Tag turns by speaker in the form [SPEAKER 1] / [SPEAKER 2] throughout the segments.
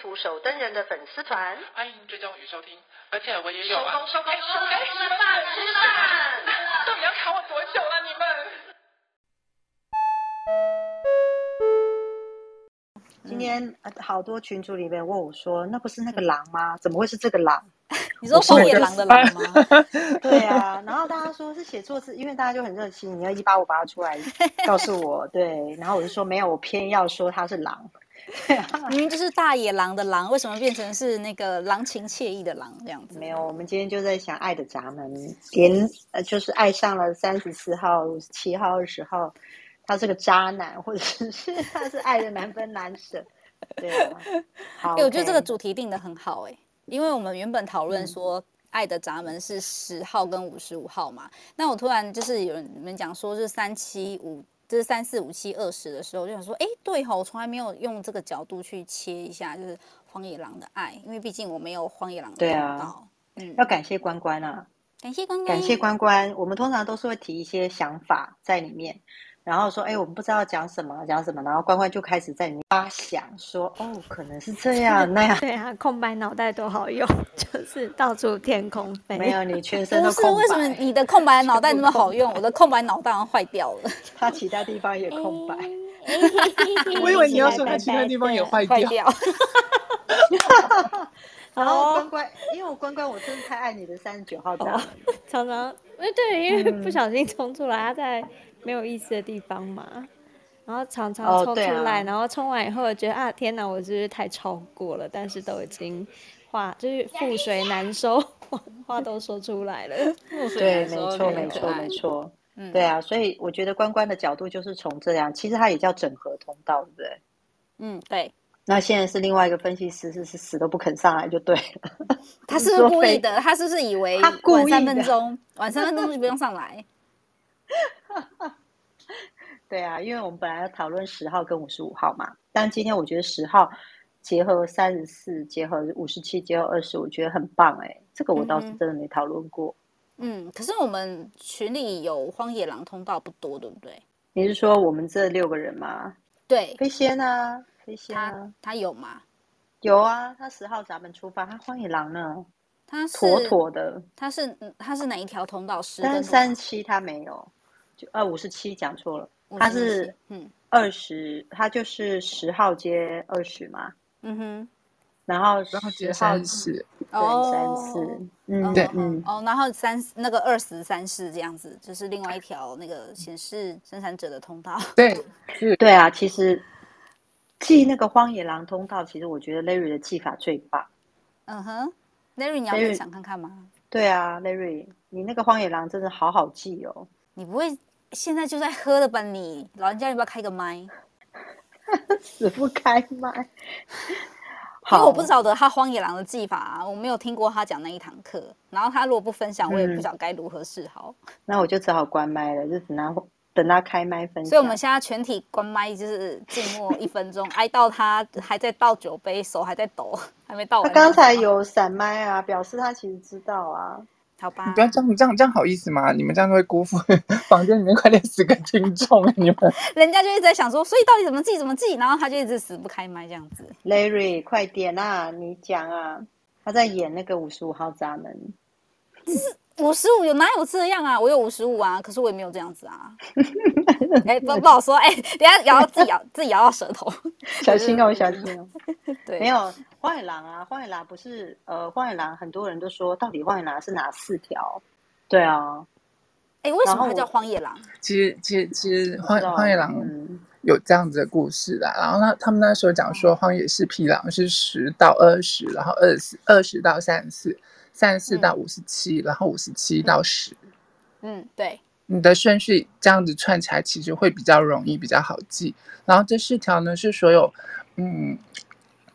[SPEAKER 1] 图守灯人的粉丝团，
[SPEAKER 2] 欢迎追踪与收听，而且我也
[SPEAKER 3] 收
[SPEAKER 1] 啊
[SPEAKER 3] 工，收工，
[SPEAKER 2] 哎收工
[SPEAKER 3] 吃饭，吃饭。
[SPEAKER 2] 到底要卡我多久了？你们？
[SPEAKER 4] 嗯
[SPEAKER 1] 今天呃好多群主里面问我说，那不是那个狼吗？怎么会是这个狼？
[SPEAKER 4] 你说荒野狼的狼吗？
[SPEAKER 1] 对啊， 然后大家说是写错字，因为大家就很热心，你要一八五八出来告诉我，对，然后我就说没有，我偏要说他是狼，
[SPEAKER 4] 明明就是大野狼的狼，为什么变成是那个郎情妾意的郎这样子？
[SPEAKER 1] 没有，我们今天就在想爱的闸门，连呃就是爱上了三十四号、五十七号、二十号，他是个渣男，或者是 他是爱的难分难舍，对啊，好，
[SPEAKER 4] 哎、我觉得这个
[SPEAKER 1] OK
[SPEAKER 4] 主题定的很好哎、因为我们原本讨论说《爱的闸门》是十号跟五十五号嘛，那我突然就是有人你们讲说是三七五，就是三四五七二十的时候，我就想说，哎、对吼，我从来没有用这个角度去切一下，就是荒野狼的爱，因为毕竟我没有荒野狼的
[SPEAKER 1] 对
[SPEAKER 4] 广
[SPEAKER 1] 啊
[SPEAKER 4] 告。嗯，
[SPEAKER 1] 要感谢关关啊，
[SPEAKER 4] 感谢关关，
[SPEAKER 1] 感谢关关，我们通常都是会提一些想法在里面，然后说，哎，我们不知道讲什么，讲什么，然后关关就开始在里面发想，说，哦，可能是这样那 样，
[SPEAKER 5] 对啊，空白脑袋多好用，就是到处天空飞。
[SPEAKER 1] 没有，你全身
[SPEAKER 4] 哎不
[SPEAKER 1] 都
[SPEAKER 4] 是
[SPEAKER 1] 空白，
[SPEAKER 4] 为什么你的空白脑袋那么好用，我的空白脑袋好像坏掉 了。
[SPEAKER 1] 他其他地方也空
[SPEAKER 4] 哎
[SPEAKER 1] 白，
[SPEAKER 6] 我以为你要说他其他 地方也 坏
[SPEAKER 4] 坏
[SPEAKER 6] 掉。
[SPEAKER 4] 掉。
[SPEAKER 1] 然
[SPEAKER 4] 哦
[SPEAKER 1] 后
[SPEAKER 5] 哦
[SPEAKER 1] 关关，因为我关关，我真的太爱你的三十九号闸门了，
[SPEAKER 5] 常常，哎，对，因为不小心冲出来，它在没有意思的地方嘛，然后常常
[SPEAKER 1] 哦
[SPEAKER 5] 冲出
[SPEAKER 1] 对啊
[SPEAKER 5] 来，然后冲完以后，我觉得啊，天哪，我是不是太超过了？但是都已经话就是覆水难收， 话话都说出来了。
[SPEAKER 1] 对，没错，没
[SPEAKER 4] 可
[SPEAKER 1] 错，
[SPEAKER 4] 爱
[SPEAKER 1] 没错，
[SPEAKER 4] 嗯
[SPEAKER 1] 对，啊，所以我觉得关关的角度就是从这样，其实它也叫整合通道，对不对？
[SPEAKER 4] 嗯，对，
[SPEAKER 1] 那现在是另外一个分析师，是是死都不肯上来就对了，
[SPEAKER 4] 他是不是故意的？他是不是以为
[SPEAKER 1] 他故意
[SPEAKER 4] 晚
[SPEAKER 1] 的
[SPEAKER 4] 三分钟， 晚三分钟就不用上 来？
[SPEAKER 1] 对啊，因为我们本来要讨论十号跟五十五号嘛，但今天我觉得十号结合三十四，结合五十七，结合二十，我觉得很棒哎、这个我倒是
[SPEAKER 4] 嗯哼
[SPEAKER 1] 真的没讨论过。
[SPEAKER 4] 嗯，可是我们群里有荒野狼通道不多，对不对？
[SPEAKER 1] 你是说我们这六个人吗？
[SPEAKER 4] 对，
[SPEAKER 1] 飞仙啊，飞仙
[SPEAKER 4] 他
[SPEAKER 1] 啊，
[SPEAKER 4] 他有吗？
[SPEAKER 1] 有啊，他十号咱们出发，他荒野狼呢，
[SPEAKER 4] 他是
[SPEAKER 1] 妥妥的，
[SPEAKER 4] 他是嗯他是哪一条通道？十
[SPEAKER 1] 但
[SPEAKER 4] 跟
[SPEAKER 1] 是三七他没有，就呃五十七讲错了，
[SPEAKER 4] 多少
[SPEAKER 1] 他是
[SPEAKER 4] 嗯
[SPEAKER 1] 二十，他就是十号接二十嘛，
[SPEAKER 4] 嗯哼
[SPEAKER 1] 然后十
[SPEAKER 6] 然后接
[SPEAKER 1] 号
[SPEAKER 6] 三十，
[SPEAKER 1] 对三四，嗯
[SPEAKER 6] 对
[SPEAKER 1] 嗯。
[SPEAKER 4] 哦，然后三那个二十三世这样子，就是另外一条那个显示生产者的通道。
[SPEAKER 6] 对，
[SPEAKER 1] 对啊，其实记那个荒野狼通道，其实我觉得 Larry 的记法最棒。
[SPEAKER 4] 嗯哼，Larry，你要
[SPEAKER 1] Larry
[SPEAKER 4] 分享看看吗？
[SPEAKER 1] 对啊，Larry，你那个荒野狼真的好好记哦。
[SPEAKER 4] 你不会现在就在喝了吧你？老人家要不要开个麦？因
[SPEAKER 1] 死不开麦。
[SPEAKER 4] 为
[SPEAKER 1] 好，
[SPEAKER 4] 我不晓得他荒野狼的技法、啊，我没有听过他讲那一堂课。然后他如果不分享，我
[SPEAKER 1] 嗯
[SPEAKER 4] 也不晓得该如何是好。
[SPEAKER 1] 那我就只好关麦了，就等他等他开麦分享。
[SPEAKER 4] 所以我们现在全体关麦，就是静默一分钟， 哀悼他还在倒酒杯，手还在抖，还没倒
[SPEAKER 1] 他
[SPEAKER 4] 完。
[SPEAKER 1] 刚才有闪麦啊，表示他其实知道啊。
[SPEAKER 4] 好吧
[SPEAKER 6] 你不？要这样，这样这样好意思吗？你们这样会辜负 房间里面快六十个听众，啊你们
[SPEAKER 4] 人家就一直在想说，所以到底怎么记怎么记，然后他就一直死不开麦这样子。
[SPEAKER 1] Larry，快点啊，你讲啊。他在演那个五十五号闸门，
[SPEAKER 4] 五十五有哪有这样啊？我有五十五啊，可是我也没有这样子 啊。哎、不不好说，哎、等一下咬到自 己咬自己咬到舌头。
[SPEAKER 1] 小心哦，小心哦。
[SPEAKER 4] 对，
[SPEAKER 1] 没有荒野狼啊，荒野狼不是呃，荒野狼很多人都说，到底荒野狼是哪四条？对啊，
[SPEAKER 4] 哎、为什
[SPEAKER 1] 然后
[SPEAKER 4] 么它叫
[SPEAKER 1] 我
[SPEAKER 4] 荒野狼？
[SPEAKER 6] 其实其实其实
[SPEAKER 1] 不
[SPEAKER 6] 荒
[SPEAKER 1] 知道
[SPEAKER 6] 荒野狼
[SPEAKER 1] 嗯，
[SPEAKER 6] 有这样子的故事啦。然后他他们那时候讲说，荒野是匹狼是十到二十，然后二十二十到三十四，三十四到五十七，然后五十七到十。
[SPEAKER 4] 嗯，对，
[SPEAKER 6] 你的顺序这样子串起来，其实会比较容易，比较好记。然后这四条呢是所有，嗯，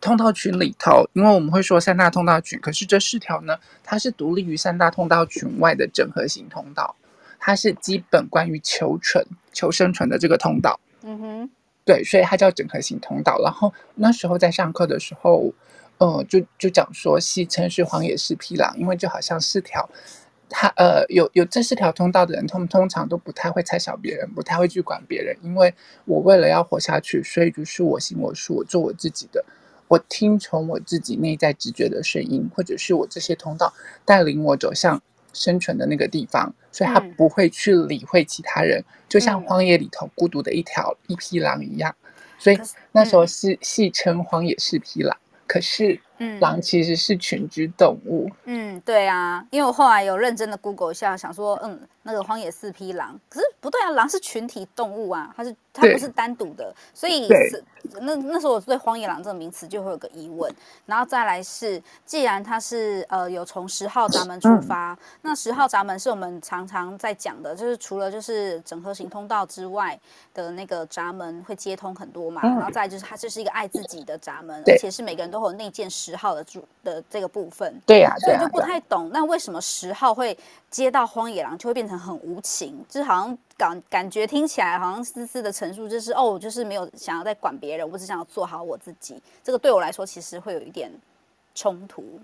[SPEAKER 6] 通道群里头，因为我们会说三大通道群，可是这四条呢，它是独立于三大通道群外的整合型通道，它是基本关于求存、求生存的这个通道。
[SPEAKER 4] 嗯哼，
[SPEAKER 6] 对，所以它叫整合型通道。然后那时候在上课的时候，呃，就就讲说戏称是荒野式匹狼，因为就好像四条，它呃有有这四条通道的人，他们通常都不太会猜小别人，不太会去管别人，因为我为了要活下去，所以就是我行我素，我做我自己的。我听从我自己内在直觉的声音，或者是我这些通道带领我走向生存的那个地方，所以他
[SPEAKER 4] 嗯
[SPEAKER 6] 不会去理会其他人，就像
[SPEAKER 4] 嗯
[SPEAKER 6] 荒野里头孤独的一条一匹狼一样。所以
[SPEAKER 4] 可是
[SPEAKER 6] 那时候
[SPEAKER 4] 嗯
[SPEAKER 6] 是戏称荒野是匹狼，可是
[SPEAKER 4] 嗯
[SPEAKER 6] 狼其实是群居动物。
[SPEAKER 4] 嗯，对啊，因为我后来有认真的 Google 一下，想说，嗯，那个荒野四匹狼，可是不对啊，狼是群体动物啊，它是它
[SPEAKER 6] 对
[SPEAKER 4] 不是单独的，所以
[SPEAKER 6] 对
[SPEAKER 4] 是那那时候我对荒野狼这个名词就会有个疑问，然后再来是，既然它是呃有从十号闸门出
[SPEAKER 6] 嗯
[SPEAKER 4] 发，那十号闸门是我们常常在讲的，就是除了就是整合型通道之外的那个闸门会接通很多嘛，
[SPEAKER 6] 嗯
[SPEAKER 4] 然后再来就是它就是一个爱自己的闸门，而
[SPEAKER 6] 对
[SPEAKER 4] 且是每个人都会有内建十号的主的这个部分。
[SPEAKER 6] 对呀、
[SPEAKER 4] 所
[SPEAKER 6] 对
[SPEAKER 4] 以我
[SPEAKER 6] 呀、
[SPEAKER 4] 就不
[SPEAKER 6] 对呀、啊
[SPEAKER 4] 太懂，那为什么十号会接到荒野狼就会变成很无情？就是好像感感觉听起来好像思思的陈述就是哦，我就是没有想要再管别人，我只想要做好我自己。这个对我来说其实会有一点冲突。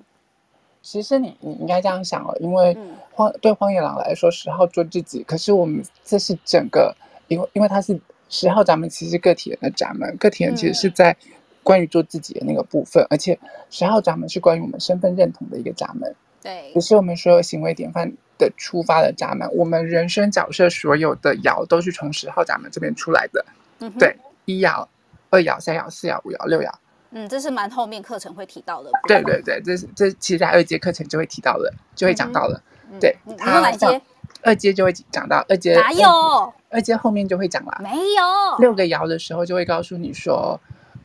[SPEAKER 6] 其实你你应该这样想哦，因为
[SPEAKER 4] 嗯
[SPEAKER 6] 荒对荒野狼来说，十号做自己，可是我们这是整个，因为因为它是十号闸门，其实是个体人的闸门，个体人其实
[SPEAKER 4] 嗯
[SPEAKER 6] 是在关于做自己的那个部分，而且十号闸门是关于我们身份认同的一个闸门，
[SPEAKER 4] 对
[SPEAKER 6] 也，是我们所有行为典范的出发的闸门。我们人生角色所有的爻都是从十号闸门这边出来的，
[SPEAKER 4] 嗯哼，
[SPEAKER 6] 对，一爻、二爻、三爻、四爻、五爻、六爻，
[SPEAKER 4] 嗯，这是蛮后面课程会提到的。
[SPEAKER 6] 对，对对，这是这其实在二阶课程就会提到了，就会讲到了。
[SPEAKER 4] 嗯
[SPEAKER 6] 对
[SPEAKER 4] 你你
[SPEAKER 6] 他
[SPEAKER 4] 说哪
[SPEAKER 6] 上
[SPEAKER 4] 些？
[SPEAKER 6] 二阶就会讲到，二阶
[SPEAKER 4] 哪
[SPEAKER 1] 嗯
[SPEAKER 4] 有？
[SPEAKER 6] 二阶后面就会讲啦。
[SPEAKER 4] 没有。
[SPEAKER 6] 六个爻的时候就会告诉你说，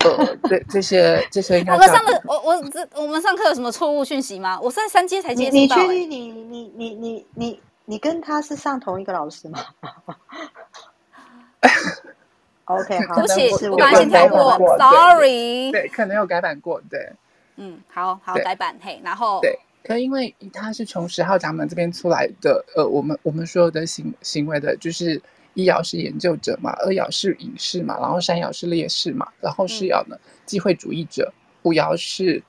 [SPEAKER 6] 呃，这这些这些应该
[SPEAKER 4] 我们
[SPEAKER 6] 是要
[SPEAKER 4] 上的我我这我们上课有什么错误讯息吗？我在三阶才
[SPEAKER 1] 你
[SPEAKER 4] 接
[SPEAKER 1] 你
[SPEAKER 4] 触
[SPEAKER 1] 确
[SPEAKER 4] 到、欸，
[SPEAKER 1] 定你你你你你你跟他是上同一个老师吗 ？OK，好，
[SPEAKER 4] 对不
[SPEAKER 6] 可能
[SPEAKER 4] 起
[SPEAKER 1] 没
[SPEAKER 6] 我
[SPEAKER 1] 事，
[SPEAKER 4] 我
[SPEAKER 1] 我
[SPEAKER 4] 刚才
[SPEAKER 6] 有
[SPEAKER 1] 问
[SPEAKER 4] 先
[SPEAKER 6] 改
[SPEAKER 1] 问
[SPEAKER 4] 看
[SPEAKER 6] 版
[SPEAKER 4] 过
[SPEAKER 1] 问
[SPEAKER 6] 过，
[SPEAKER 4] ，sorry。
[SPEAKER 6] 对对，可能有改版过，对
[SPEAKER 4] 嗯，好好
[SPEAKER 6] 对
[SPEAKER 4] 改版嘿，然后
[SPEAKER 6] 对。可因为它是从十号闸门这边出来的，呃，我们我们所有的行行为的，就是一爻是研究者嘛，二爻是隐士嘛，然后三爻是烈士嘛，然后四爻呢机会主义者，五爻是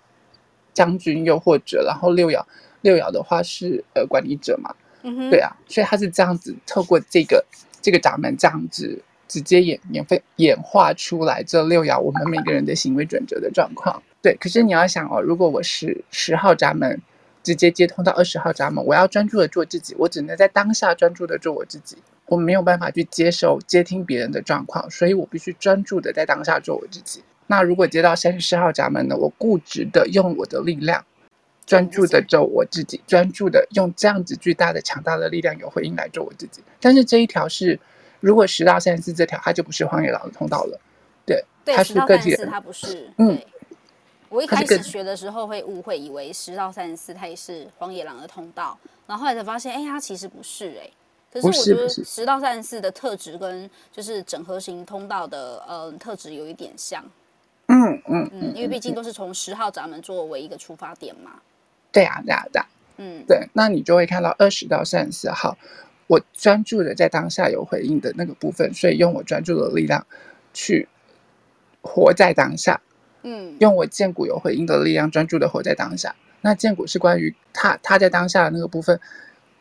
[SPEAKER 6] 将军又或者，然后六爻六爻的话是呃管理者嘛，
[SPEAKER 4] 嗯哼，
[SPEAKER 6] 对啊，所以他是这样子透过这个这个闸门这样子直接演演分演化出来这六爻我们每个人的行为准则的状况。对，可是你要想哦，如果我是十号闸门直接接通到二十号闸门，我要专注的做自己，我只能在当下专注的做我自己，我没有办法去接受接听别人的状况，所以我必须专注的在当下做我自己。那如果接到三十四号闸门呢，我固执的用我的力量。
[SPEAKER 4] 做你
[SPEAKER 6] 专
[SPEAKER 4] 自
[SPEAKER 6] 注的
[SPEAKER 4] 己
[SPEAKER 6] 做我自己，专注的用这样子巨大的、强大的力量有回应来做我自己。但是这一条是，如果十到三十四这条，它就不是荒野狼的通道了，对，
[SPEAKER 4] 对，
[SPEAKER 6] 它
[SPEAKER 4] 十
[SPEAKER 6] 是
[SPEAKER 4] 到
[SPEAKER 6] 个
[SPEAKER 4] 三十
[SPEAKER 6] 体
[SPEAKER 4] 四
[SPEAKER 6] 人，
[SPEAKER 4] 它不是，
[SPEAKER 6] 嗯
[SPEAKER 4] 对我一
[SPEAKER 6] 它是
[SPEAKER 4] 开
[SPEAKER 6] 个
[SPEAKER 4] 始学的时候会误会，以为十到三十四它也是荒野狼的通道，然后后来才发现，哎，它其实不是哎、可是
[SPEAKER 6] 不
[SPEAKER 4] 我觉
[SPEAKER 6] 是不
[SPEAKER 4] 得
[SPEAKER 6] 是
[SPEAKER 4] 十到三十四的特质跟就是整合型通道的呃特质有一点像，
[SPEAKER 6] 嗯嗯
[SPEAKER 4] 嗯，
[SPEAKER 6] 嗯
[SPEAKER 4] 因为
[SPEAKER 6] 嗯，
[SPEAKER 4] 毕竟都是从十号闸门作为一个出发点嘛，
[SPEAKER 6] 对啊对啊对啊，
[SPEAKER 4] 嗯，
[SPEAKER 6] 对，那你就会看到二十到三十四号，我专注的在当下有回应的那个部分，所以用我专注的力量去活在当下，
[SPEAKER 4] 嗯
[SPEAKER 6] 用我剑骨有回应的力量，专注的活在当下。那剑骨是关于他他在当下的那个部分，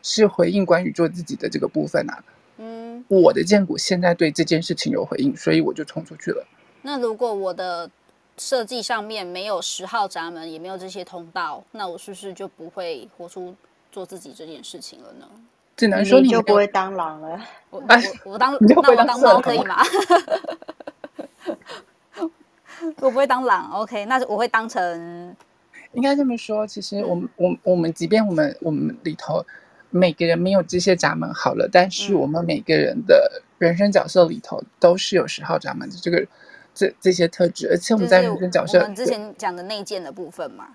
[SPEAKER 6] 是回应关于做自己的这个部分啊。
[SPEAKER 4] 嗯。
[SPEAKER 6] 我的剑骨现在对这件事情有回应，所以我就冲出去了。
[SPEAKER 4] 那如果我的设计上面没有十号闸门，也没有这些通道，那我是不是就不会活出做自己这件事情了呢？
[SPEAKER 6] 只能
[SPEAKER 1] 你
[SPEAKER 6] 说
[SPEAKER 1] 你嗯
[SPEAKER 6] 你
[SPEAKER 1] 就
[SPEAKER 6] 没
[SPEAKER 1] 不
[SPEAKER 6] 有
[SPEAKER 1] 会当狼了。
[SPEAKER 4] 我
[SPEAKER 6] 哎
[SPEAKER 4] 我我当
[SPEAKER 6] 你就
[SPEAKER 4] 那
[SPEAKER 6] 会
[SPEAKER 4] 我
[SPEAKER 6] 当
[SPEAKER 4] 当
[SPEAKER 6] 色
[SPEAKER 4] 猫
[SPEAKER 6] 狼
[SPEAKER 4] 可以 吗？ 我不会当狼，OK，那我会当成
[SPEAKER 6] 应该这么说，其实我们、我们我们，即便我们我们里头每个人没有这些闸门好了，但是
[SPEAKER 4] 嗯
[SPEAKER 6] 我们每个人的人生角色里头都是有十号闸门的这个这这些特质，而且我
[SPEAKER 4] 就
[SPEAKER 6] 们在
[SPEAKER 4] 是
[SPEAKER 6] 人生角
[SPEAKER 4] 我
[SPEAKER 6] 色
[SPEAKER 4] 们之前讲的内建的部分嘛。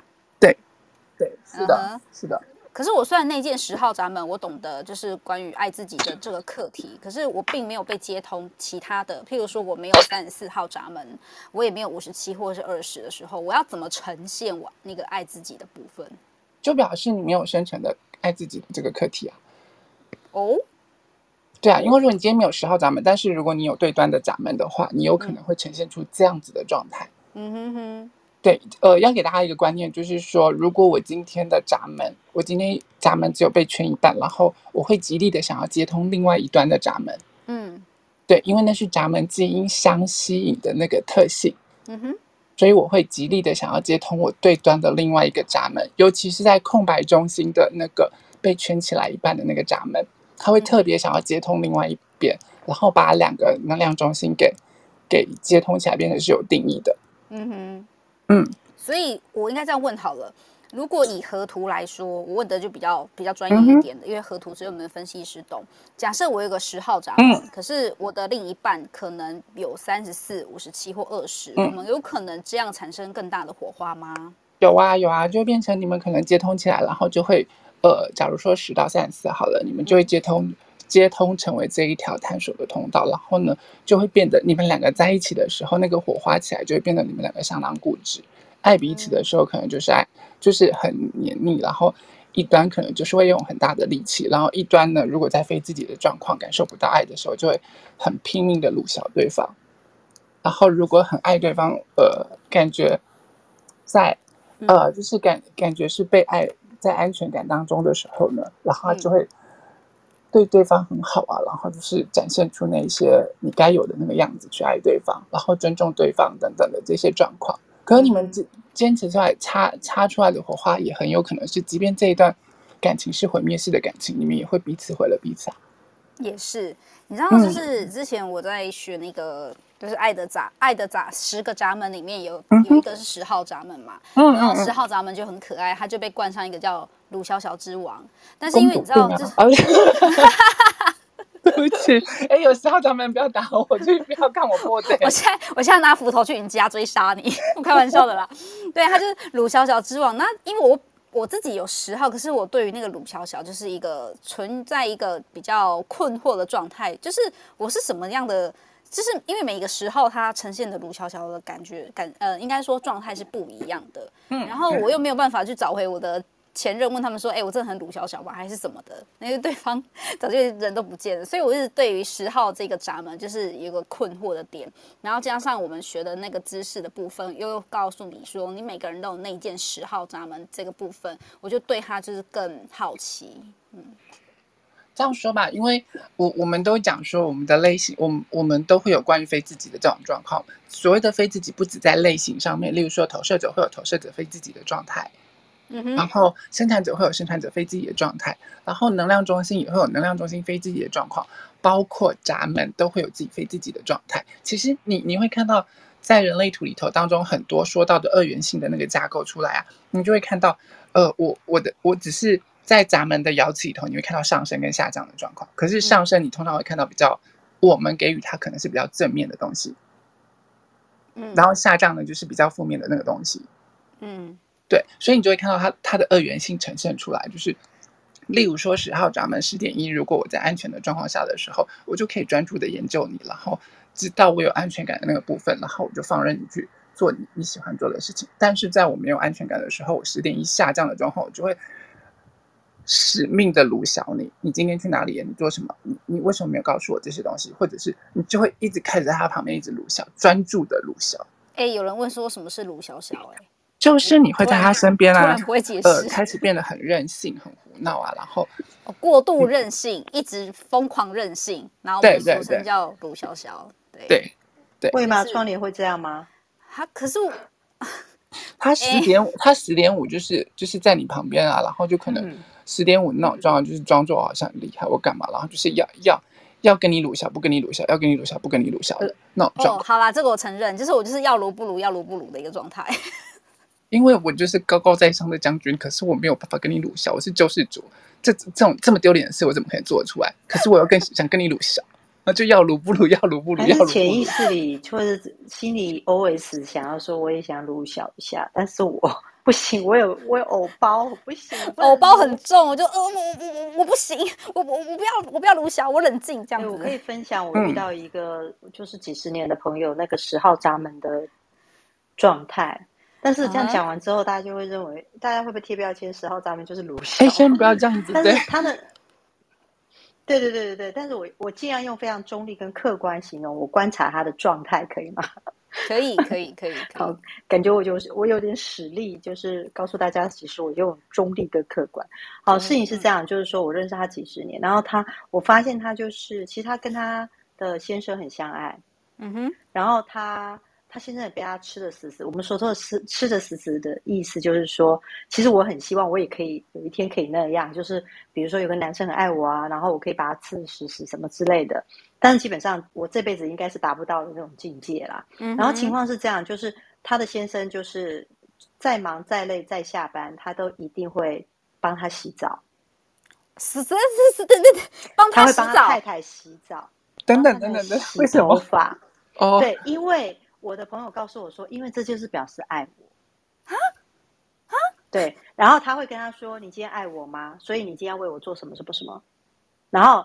[SPEAKER 6] 对，是
[SPEAKER 4] 嗯
[SPEAKER 6] 的
[SPEAKER 4] 哼，
[SPEAKER 6] 是的，
[SPEAKER 4] 可是我虽然那件十号闸门我懂得就是关于爱自己的这个课题，可是我并没有被接通其他的，譬如说我没有三十四号闸门，我也没有五十七或者是二十的时候，我要怎么呈现我那个爱自己的部分？
[SPEAKER 6] 就表示你没有深层的爱自己的这个课题啊。
[SPEAKER 4] 哦，
[SPEAKER 6] 对啊，因为如果你今天没有十号闸门，但是如果你有对端的闸门的话，你有可能会呈现出这样子的状态。
[SPEAKER 4] 嗯哼哼，
[SPEAKER 6] 对，呃，要给大家一个观念，就是说，如果我今天的闸门，我今天闸门只有被圈一半，然后我会极力的想要接通另外一端的闸门，
[SPEAKER 4] 嗯
[SPEAKER 6] 对，因为那是闸门基因相吸引的那个特性，
[SPEAKER 4] 嗯哼，
[SPEAKER 6] 所以我会极力的想要接通我对端的另外一个闸门，尤其是在空白中心的那个被圈起来一半的那个闸门，它会特别想要接通另外一边，然后把两个能量中心给给接通起来，变成是有定义的，
[SPEAKER 4] 嗯哼。
[SPEAKER 6] 嗯。
[SPEAKER 4] 所以我应该这样问好了。如果以河图来说，我问的就比较比较专
[SPEAKER 6] 嗯
[SPEAKER 4] 业
[SPEAKER 6] 哼
[SPEAKER 4] 一点的，因为河图只有我们的分析师懂。假设我有个十号闸门，
[SPEAKER 6] 嗯
[SPEAKER 4] 可是我的另一半可能有三十四、五十七或二十、
[SPEAKER 6] 嗯
[SPEAKER 4] 我们有可能这样产生更大的火花吗？
[SPEAKER 6] 有啊有啊，就变成你们可能接通起来，然后就会呃，假如说十到三十四好了，你们就会接通、接通成为这一条探索的通道，然后呢，就会变得你们两个在一起的时候，那个火花起来就会变得你们两个相当固执，爱彼此的时候可能就是爱，就是很黏腻，然后一端可能就是会用很大的力气，然后一端呢，如果在非自己的状况感受不到爱的时候，就会很拼命的鲁小对方。然后如果很爱对方，呃，感觉在呃，就是感感觉是被爱，在安全感当中的时候呢，然后他就会对对方很好啊，然后就是展现出那一些你该有的那个样子去爱对方，然后尊重对方等等的这些状况。可是你们坚坚持出来擦擦出来的火花，也很有可能是，即便这一段感情是毁灭式的感情，你们也会彼此毁了彼此啊。
[SPEAKER 4] 也是，你知道，
[SPEAKER 6] 嗯
[SPEAKER 4] 就是之前我在学那个，就是爱的闸，爱的闸十个闸门里面有
[SPEAKER 6] 嗯哼
[SPEAKER 4] 有一个是十号闸门嘛，
[SPEAKER 6] 嗯
[SPEAKER 4] 然后
[SPEAKER 6] 嗯
[SPEAKER 4] 十
[SPEAKER 6] 嗯，
[SPEAKER 4] 号闸门就很可爱，它就被冠上一个叫“鲁小小之王”，但是因
[SPEAKER 6] 公
[SPEAKER 4] 为
[SPEAKER 6] 主
[SPEAKER 4] 你知
[SPEAKER 6] 病
[SPEAKER 4] 道，
[SPEAKER 6] 啊
[SPEAKER 4] 就是！
[SPEAKER 6] 啊 对不起， 哎、有时候咱们不要打我，就是不要看我破绽。
[SPEAKER 4] 我现在我现在拿斧头去你家追杀你， 我开玩笑的啦。对，他就是鲁小小之王。那因为我我自己有十号，可是我对于那个鲁小小就是一个存在一个比较困惑的状态，就是我是什么样的。就是因为每一个十号它呈现的鲁小小的感觉感呃，应该说状态是不一样的。
[SPEAKER 6] 嗯
[SPEAKER 4] 然后我又没有办法去找回我的前任，问他们说：“哎、我真的很鲁小小吧，还是什么的？”那个对方早就人都不见了，所以我一直对于十号这个闸门就是有个困惑的点。然后加上我们学的那个知识的部分，又告诉你说，你每个人都有那一件十号闸门这个部分，我就对他就是更好奇。
[SPEAKER 6] 这样说吧，因为我我们都讲说我们的类型，我们我们都会有关于非自己的这种状况。所谓的非自己，不止在类型上面，例如说投射者会有投射者非自己的状态，
[SPEAKER 4] 嗯哼，
[SPEAKER 6] 然后生产者会有生产者非自己的状态，然后能量中心也会有能量中心非自己的状况，包括闸门都会有自己非自己的状态。其实你你会看到，在人类图里头当中很多说到的二元性的那个架构出来啊，你就会看到，呃，我我的我只是在闸门的爻辞里头，你会看到上升跟下降的状况，可是上升你通常会看到比较。我们给予它可能是比较正面的东西，
[SPEAKER 4] 嗯
[SPEAKER 6] 然后下降呢就是比较负面的那个东西。
[SPEAKER 4] 嗯
[SPEAKER 6] 对，所以你就会看到它它的二元性呈现出来，就是例如说十号闸门十点一，如果我在安全的状况下的时候，我就可以专注的研究你，然后知道我有安全感的那个部分，然后我就放任你去做你你喜欢做的事情。但是在我没有安全感的时候，我十点一下降的状况，我就会使命的鲁小你，你今天去哪里？你做什么？你你为什么没有告诉我这些东西？或者是你就会一直开始在他旁边一直鲁小，专注的鲁小。
[SPEAKER 4] 哎、有人问说什么是鲁小小、哎，
[SPEAKER 6] 就是你会在他身边
[SPEAKER 4] 突
[SPEAKER 6] 啊
[SPEAKER 4] 然，不会解
[SPEAKER 6] 呃，
[SPEAKER 4] 释，
[SPEAKER 6] 开始变得很任性、很胡闹啊，然后
[SPEAKER 4] 哦过度任性，一直疯狂任性，然后我
[SPEAKER 6] 对
[SPEAKER 4] 们
[SPEAKER 6] 对
[SPEAKER 4] 俗称
[SPEAKER 6] 对
[SPEAKER 4] 叫鲁小小。对，
[SPEAKER 6] 对
[SPEAKER 1] 会吗？
[SPEAKER 4] 是
[SPEAKER 1] 窗帘会这样吗？
[SPEAKER 4] 他可是我
[SPEAKER 1] 哎
[SPEAKER 6] 他十点五，他十点五就是就是在你旁边啊，然后就可能
[SPEAKER 1] 嗯
[SPEAKER 6] 十点五那种状况，就是装作我好像很厉害，我干嘛，然后就是要要要跟你鲁小，不跟你鲁小，要跟你鲁小，不跟你鲁
[SPEAKER 1] 呃
[SPEAKER 6] 小的那种
[SPEAKER 4] 哦，
[SPEAKER 6] 状况，
[SPEAKER 4] 好啦，这个我承认，就是我就是要如不如，要如不如的一个状态。
[SPEAKER 6] 因为我就是高高在上的将军，可是我没有办法跟你鲁小，我是救世主，这这种这么丢脸的事，我怎么可能做得出来？可是我要跟想跟你鲁小，那就要鲁不鲁，要鲁不鲁，
[SPEAKER 1] 还
[SPEAKER 6] 要
[SPEAKER 1] 是
[SPEAKER 6] 鲁不
[SPEAKER 1] 潜意
[SPEAKER 6] 鲁。
[SPEAKER 1] 识里或者心里 always 想要说，我也想撸小一下，但是我 不行，我有我有偶包，我不行，我不能
[SPEAKER 4] 偶包很重，我就呃我我我我不行，我我我不要我不要卢晓，我冷静这样
[SPEAKER 1] 哎我
[SPEAKER 4] 子。
[SPEAKER 1] 可以分享，我
[SPEAKER 6] 嗯
[SPEAKER 1] 遇到一个就是几十年的朋友，那个十号闸门的状态。但是这样
[SPEAKER 4] 啊
[SPEAKER 1] 讲完之后，大家就会认为，大家会不会贴标签？十号闸门就是鲁小
[SPEAKER 6] 哎，，先不要这样子，
[SPEAKER 1] 但
[SPEAKER 6] 对
[SPEAKER 1] 是，他的，对对对对对，但是我我尽量用非常中立跟客观形容，我观察他的状态，可以吗？
[SPEAKER 4] 可以可以可以可以
[SPEAKER 1] 好，感觉我就是我有点实力，就是告诉大家，其实我用中立跟客观。好，
[SPEAKER 4] 嗯
[SPEAKER 1] 事情是这样，就是说我认识他几十年，然后他，我发现他就是，其实他跟他的先生很相爱，
[SPEAKER 4] 嗯哼，
[SPEAKER 1] 然后他他先生也被他吃的死死。我们所说的吃吃的死死的意思，就是说，其实我很希望我也可以有一天可以那样，就是比如说有个男生很爱我啊，然后我可以把他刺死死什么之类的。但是基本上我这辈子应该是达不到的那种境界啦。
[SPEAKER 4] 嗯哼
[SPEAKER 1] 然后情况是这样，就是他的先生就是再忙再累再下班，他都一定会帮他洗澡，
[SPEAKER 4] 死死死死，对对对，帮
[SPEAKER 1] 他
[SPEAKER 4] 他
[SPEAKER 1] 会
[SPEAKER 4] 洗
[SPEAKER 1] 帮他太
[SPEAKER 4] 澡，
[SPEAKER 1] 太洗澡，
[SPEAKER 6] 等
[SPEAKER 1] 帮
[SPEAKER 6] 等
[SPEAKER 1] 他太
[SPEAKER 6] 等
[SPEAKER 1] 太
[SPEAKER 6] 等等，
[SPEAKER 1] 洗
[SPEAKER 6] 为什
[SPEAKER 1] 头
[SPEAKER 6] 么？
[SPEAKER 1] 发。
[SPEAKER 6] 哦，
[SPEAKER 1] 对，因为我的朋友告诉我说，因为这就是表示爱我。对，然后他会跟他说：“你今天爱我吗？所以你今天要为我做什么什么什么。”然后，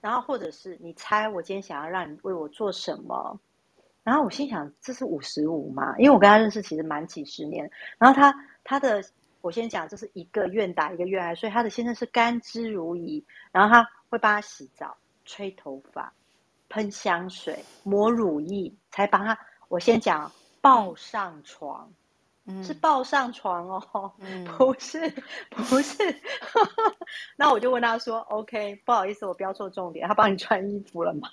[SPEAKER 1] 然后或者是你猜我今天想要让你为我做什么？然后我心想，这是五十五嘛？因为我跟他认识其实蛮几十年，然后他他的我先讲，这是一个愿打一个愿挨，所以他的先生是甘之如饴，然后他会帮他洗澡、吹头发、喷香水、抹乳液，才帮他。我先讲抱上床，
[SPEAKER 4] 嗯
[SPEAKER 1] 是抱上床哦，
[SPEAKER 4] 嗯
[SPEAKER 1] 不是不是。 那我就问他说：“OK，不好意思，我标错重点，他帮你穿衣服了吗？”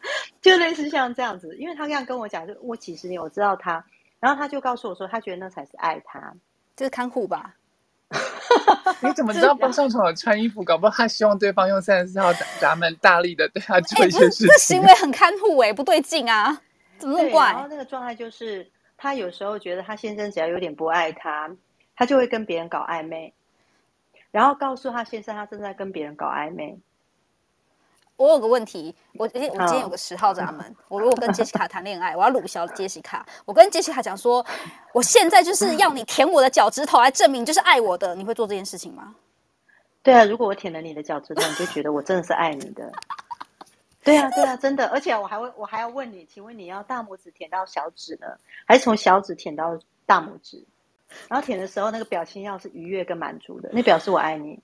[SPEAKER 1] 就类似像这样子，因为他这样跟我讲，就我几十年我知道他，然后他就告诉我说，他觉得那才是爱他。
[SPEAKER 4] 就是看护吧。
[SPEAKER 6] 你怎么知道抱上床有穿衣服？搞不好他希望对方用三十四 号闸闸门大力的对他
[SPEAKER 4] 哎、
[SPEAKER 6] 做一
[SPEAKER 4] 不是
[SPEAKER 6] 些事
[SPEAKER 4] 这
[SPEAKER 6] 情
[SPEAKER 4] 行。为很看护哎、不对劲啊，怎么那么
[SPEAKER 1] 对，然后
[SPEAKER 4] 怪？
[SPEAKER 1] 那个状态就是，他有时候觉得他先生只要有点不爱他，他就会跟别人搞暧昧，然后告诉他先生他正在跟别人搞暧昧。
[SPEAKER 4] 我有个问题，我今天我今天有
[SPEAKER 1] 好
[SPEAKER 4] 个十号闸门，我如果跟杰西卡谈恋爱，我要鲁小杰西卡，我跟杰西卡讲说，我现在就是要你舔我的脚趾头来证明你就是爱我的，你会做这件事情吗？
[SPEAKER 1] 对啊，如果我舔了你的脚趾头，你就觉得我真的是爱你的。 对啊，对啊，真的，而且我还会，我还要问你，请问你要大拇指舔到小指呢，还是从小指舔到大拇指？然后舔的时候，那个表情要是愉悦跟满足的，那表示我爱你。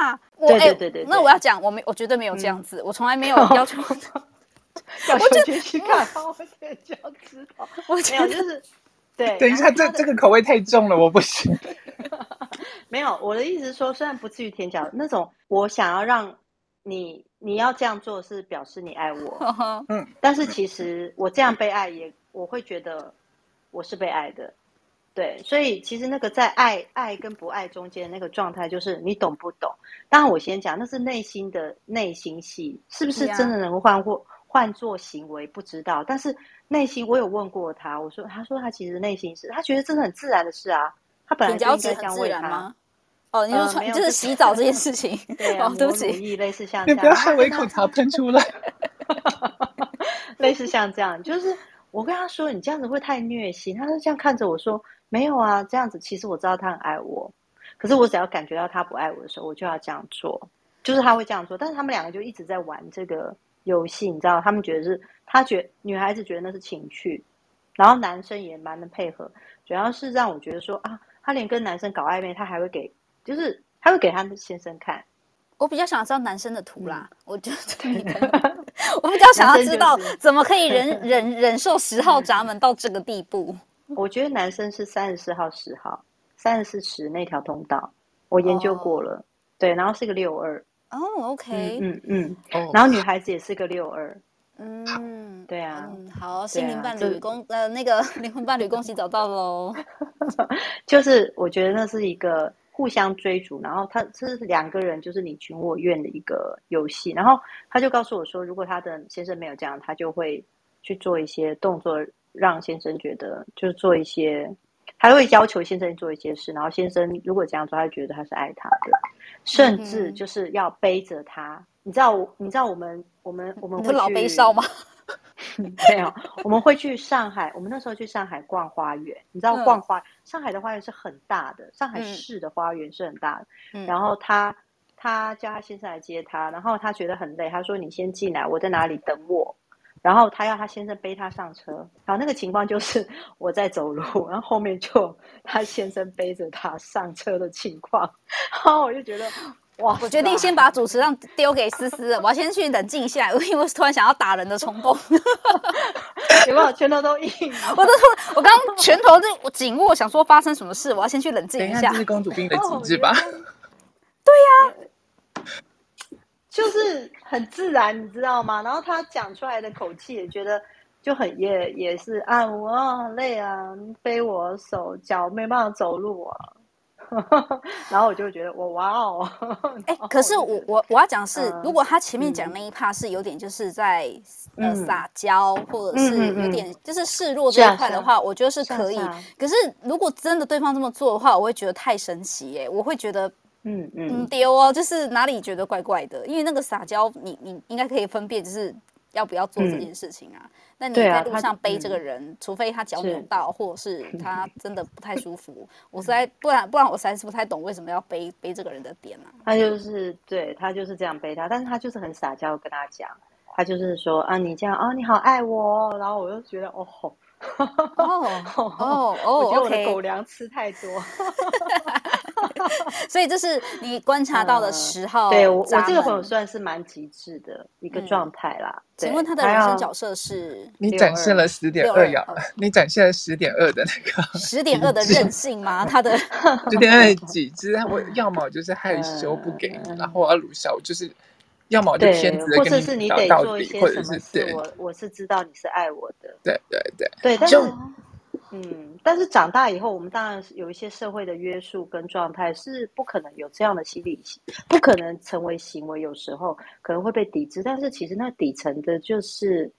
[SPEAKER 4] 那我
[SPEAKER 1] 对
[SPEAKER 4] 哎、
[SPEAKER 1] 对对对
[SPEAKER 4] 那
[SPEAKER 1] 对
[SPEAKER 4] 我要讲，我没我绝对没有
[SPEAKER 1] 嗯
[SPEAKER 4] 这样子，我从来没有要 求，
[SPEAKER 1] 要求杰西卡帮我舔脚趾头，
[SPEAKER 4] 我
[SPEAKER 1] 没
[SPEAKER 4] 觉
[SPEAKER 1] 有，
[SPEAKER 4] 得
[SPEAKER 1] 就是对。
[SPEAKER 6] 等一
[SPEAKER 1] 然
[SPEAKER 6] 下，
[SPEAKER 1] 后
[SPEAKER 6] 这
[SPEAKER 1] 他的
[SPEAKER 6] 这个口味太重了，我不行。
[SPEAKER 1] 没有，我的意思是说，虽然不至于舔脚，那种我想要让你，你要这样做是表示你爱我， 但是其实我这样被爱也，我会觉得我是被爱的，对，所以其实那个在爱爱跟不爱中间的那个状态，就是你懂不懂？当然，我先讲，那是内心的内心戏，是不是
[SPEAKER 4] Yeah
[SPEAKER 1] 真的能够换或换做行为不知道，但是内心我有问过他，我说，他说他其实内心是，他觉得这是很自然的事啊，他本
[SPEAKER 4] 舔
[SPEAKER 1] 来就
[SPEAKER 4] 脚
[SPEAKER 1] 应
[SPEAKER 4] 趾
[SPEAKER 1] 该这
[SPEAKER 4] 很
[SPEAKER 1] 样
[SPEAKER 4] 自
[SPEAKER 1] 喂
[SPEAKER 4] 然
[SPEAKER 1] 他。
[SPEAKER 4] 吗？哦，你说
[SPEAKER 1] 呃
[SPEAKER 4] 穿、
[SPEAKER 1] 没有
[SPEAKER 4] 就
[SPEAKER 1] 就是是
[SPEAKER 4] 洗澡这 件事情，
[SPEAKER 1] 对啊，
[SPEAKER 4] 哦，对不
[SPEAKER 1] 抹乳
[SPEAKER 4] 起，
[SPEAKER 1] 液类似像
[SPEAKER 6] 你
[SPEAKER 1] 这
[SPEAKER 6] 不
[SPEAKER 1] 样，然
[SPEAKER 6] 要
[SPEAKER 1] 后
[SPEAKER 6] 害
[SPEAKER 1] 他
[SPEAKER 6] 我
[SPEAKER 1] 跟
[SPEAKER 6] 一 口
[SPEAKER 1] 他
[SPEAKER 6] 茶喷出来。
[SPEAKER 1] 类似像这样，就是我跟他说你这样子会太虐心，他就这样看着我说没有啊，这样子其实我知道他很爱我，可是我只要感觉到他不爱我的时候，我就要这样做，就是他会这样做，但是他们两个就一直在玩这个游戏，你知道，他们觉得是他觉女孩子觉得那是情趣，然后男生也蛮能配合，主要是让我觉得说啊，他连跟男生搞暧昧，他还会给，就是他会给他的先生看，，
[SPEAKER 4] 我比较想知道男生的图啦，我觉得你朋友 我比较想要知道
[SPEAKER 1] 嗯男生就是
[SPEAKER 4] 怎么可以 忍忍忍受十号闸门到这个地步。
[SPEAKER 1] 我觉得男生是三十四号、十号、三十四十那条通道，我研究过了。对，然后是个六二，
[SPEAKER 4] 哦
[SPEAKER 1] 嗯
[SPEAKER 4] ，OK，
[SPEAKER 1] 嗯嗯，
[SPEAKER 6] 哦
[SPEAKER 1] 然后女孩子也是个六二，
[SPEAKER 4] 嗯，
[SPEAKER 1] 对啊，
[SPEAKER 4] 嗯，好，心灵
[SPEAKER 1] 啊
[SPEAKER 4] 伴
[SPEAKER 1] 这
[SPEAKER 4] 侣恭呃那个灵魂伴侣恭喜找到喽。
[SPEAKER 1] 就是我觉得那是一个互相追逐，然后他这是两个人就是你情我愿的一个游戏。然后他就告诉我说，如果他的先生没有这样，他就会去做一些动作，让先生觉得就是做一些，还会要求先生做一些事。然后先生如果这样做，他就觉得他是爱他的，甚至 就是要背着他。你知道我，你知道我们我们我们
[SPEAKER 4] 你
[SPEAKER 1] 会
[SPEAKER 4] 说老
[SPEAKER 1] 去
[SPEAKER 4] 悲少吗？
[SPEAKER 1] 没有，我们会去上海。我们那时候去上海逛花园，你知道
[SPEAKER 4] 嗯
[SPEAKER 1] 逛花，上海的花园是很大的，上海
[SPEAKER 4] 嗯
[SPEAKER 1] 市的花园是很大的。
[SPEAKER 4] 嗯
[SPEAKER 1] 然后他他叫他先生来接他，然后他觉得很累，他说：“你先进来，我在哪里等我。”然后他要他先生背他上车，然后那个情况就是 我在走路，然后后面就他先生背着他上车的情况， 然后我就觉得哇塞，
[SPEAKER 4] 我决定先把主持让丢给思思了，我要先去冷静一下，因为我突然想要打人的冲动，
[SPEAKER 1] 有没有拳头都硬了？
[SPEAKER 4] 我都突，我刚刚拳头就紧握，想说发生什么事，我要先去冷静
[SPEAKER 6] 等一
[SPEAKER 4] 一
[SPEAKER 6] 下，
[SPEAKER 4] 下
[SPEAKER 6] 这。是公主病的
[SPEAKER 1] 哦
[SPEAKER 6] 极致吧？？
[SPEAKER 1] 对呀、就是很自然，你知道吗？然后他讲出来的口气也觉得就很也也是啊，我好累啊，背我手脚没办法走路啊。 然后我就觉得我哇哦，
[SPEAKER 4] 哎、可是我我我要讲是，如
[SPEAKER 1] 嗯
[SPEAKER 4] 果他前面讲
[SPEAKER 1] 嗯
[SPEAKER 4] 那一 part 是有点就是在、呃
[SPEAKER 1] 嗯
[SPEAKER 4] 撒娇，或者
[SPEAKER 1] 嗯
[SPEAKER 4] 是
[SPEAKER 1] 嗯
[SPEAKER 4] 有
[SPEAKER 1] 嗯
[SPEAKER 4] 点就是示弱
[SPEAKER 1] 是
[SPEAKER 4] 这
[SPEAKER 1] 啊
[SPEAKER 4] 一块
[SPEAKER 1] 是
[SPEAKER 4] 的
[SPEAKER 1] 啊
[SPEAKER 4] 话，我觉得是
[SPEAKER 1] 是啊
[SPEAKER 4] 可以。
[SPEAKER 1] 是啊
[SPEAKER 4] 可是如果真的对方这么做的话，我会觉得太神奇耶、我会觉得
[SPEAKER 1] 嗯
[SPEAKER 4] 嗯
[SPEAKER 1] 嗯，
[SPEAKER 4] 丢哦，就是哪里觉得怪怪的，因为那个撒娇你，你应该可以分辨，就是要不要做这
[SPEAKER 1] 嗯
[SPEAKER 4] 件事情啊。那你
[SPEAKER 1] 对
[SPEAKER 4] 在
[SPEAKER 1] 啊
[SPEAKER 4] 路
[SPEAKER 1] 他
[SPEAKER 4] 上背
[SPEAKER 1] 嗯
[SPEAKER 4] 这个人，除非他脚扭
[SPEAKER 1] 是
[SPEAKER 4] 到，或者是他真的不太舒服，我实在不然不然我实在是不太懂为什么要背背这个人的点啊。
[SPEAKER 1] 他就是对他就是这样背他，但是他就是很撒娇地跟他讲，他就是说啊你这样啊你好爱我哦，然后我就觉得哦吼。
[SPEAKER 4] 哦哦哦
[SPEAKER 1] 我觉得我的
[SPEAKER 4] OK
[SPEAKER 1] 狗粮吃太多。
[SPEAKER 4] 所以这是你观察到的
[SPEAKER 1] 嗯
[SPEAKER 4] 十号、
[SPEAKER 1] 对我，我这个朋友，算是蛮极致的一个
[SPEAKER 4] 哦嗯
[SPEAKER 1] 状态啦。
[SPEAKER 4] 请
[SPEAKER 1] 对
[SPEAKER 4] 问他的
[SPEAKER 1] 还
[SPEAKER 4] 人生
[SPEAKER 1] 要
[SPEAKER 4] 角色是
[SPEAKER 6] 你
[SPEAKER 1] 六
[SPEAKER 6] 展示
[SPEAKER 1] 二
[SPEAKER 6] 了十点
[SPEAKER 4] 六
[SPEAKER 6] 二
[SPEAKER 4] 二
[SPEAKER 6] 呀
[SPEAKER 4] 哦，
[SPEAKER 6] 你展现了十点二的那个
[SPEAKER 4] 十点二的
[SPEAKER 6] 极致
[SPEAKER 4] 任性 吗？他的
[SPEAKER 6] 十点二几只，我要么就是害羞不给你，
[SPEAKER 1] 嗯
[SPEAKER 6] 然后我要鲁小，我就是要么我就偏
[SPEAKER 1] 对，
[SPEAKER 6] 执的
[SPEAKER 1] 或
[SPEAKER 6] 跟
[SPEAKER 1] 者
[SPEAKER 6] 你
[SPEAKER 1] 是
[SPEAKER 6] 比
[SPEAKER 1] 你
[SPEAKER 6] 较
[SPEAKER 1] 得
[SPEAKER 6] 到
[SPEAKER 1] 做一
[SPEAKER 6] 底，
[SPEAKER 1] 些
[SPEAKER 6] 或者
[SPEAKER 1] 什么
[SPEAKER 6] 是
[SPEAKER 1] 事，
[SPEAKER 6] 对
[SPEAKER 1] 我我是知道你是爱我的。
[SPEAKER 6] 对对对，
[SPEAKER 1] 对，但是
[SPEAKER 6] 就
[SPEAKER 1] 嗯，但是长大以后，我们当然是有一些社会的约束跟状态，是不可能有这样的心理，不可能成为行为，有时候可能会被抵制。但是其实那底层的就是，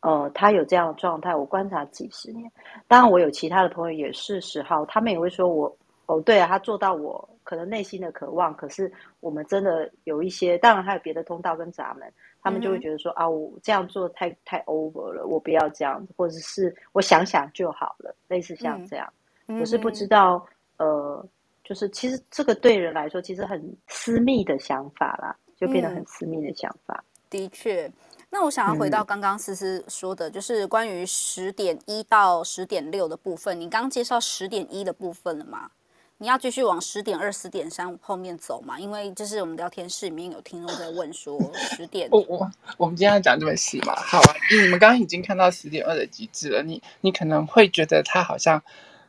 [SPEAKER 1] 呃，他有这样的状态，我观察几十年。当然，我有其他的朋友也是十号，他们也会说我，哦，对啊，他做到我可能内心的渴望，可是我们真的有一些，当然还有别的通道跟闸门。他们就
[SPEAKER 4] 嗯
[SPEAKER 1] 会
[SPEAKER 4] 哼
[SPEAKER 1] 觉得说、啊，我这样做太太 over 了，我不要这样，或者是我想想就好了，类似像
[SPEAKER 4] 嗯
[SPEAKER 1] 这样。
[SPEAKER 4] 嗯
[SPEAKER 1] 我是不
[SPEAKER 4] 哼
[SPEAKER 1] 知道，呃，就是其实这个对人来说，其实很私密的想法啦，就变得
[SPEAKER 4] 嗯
[SPEAKER 1] 很私密的想法。
[SPEAKER 4] 的确，那我想要
[SPEAKER 6] 嗯
[SPEAKER 4] 回到刚刚思思说的，就是关于十点一到十点六的部分。你刚刚介绍十点一的部分了吗？你要继续往十点二、十点三后面走嘛？因为就是我们聊天室里面有听众在问说
[SPEAKER 6] 哦
[SPEAKER 4] 十点
[SPEAKER 6] 我我我们今天要讲这么细嘛？好啊，因为你们刚刚已经看到十点二的极致了，你你可能会觉得它好像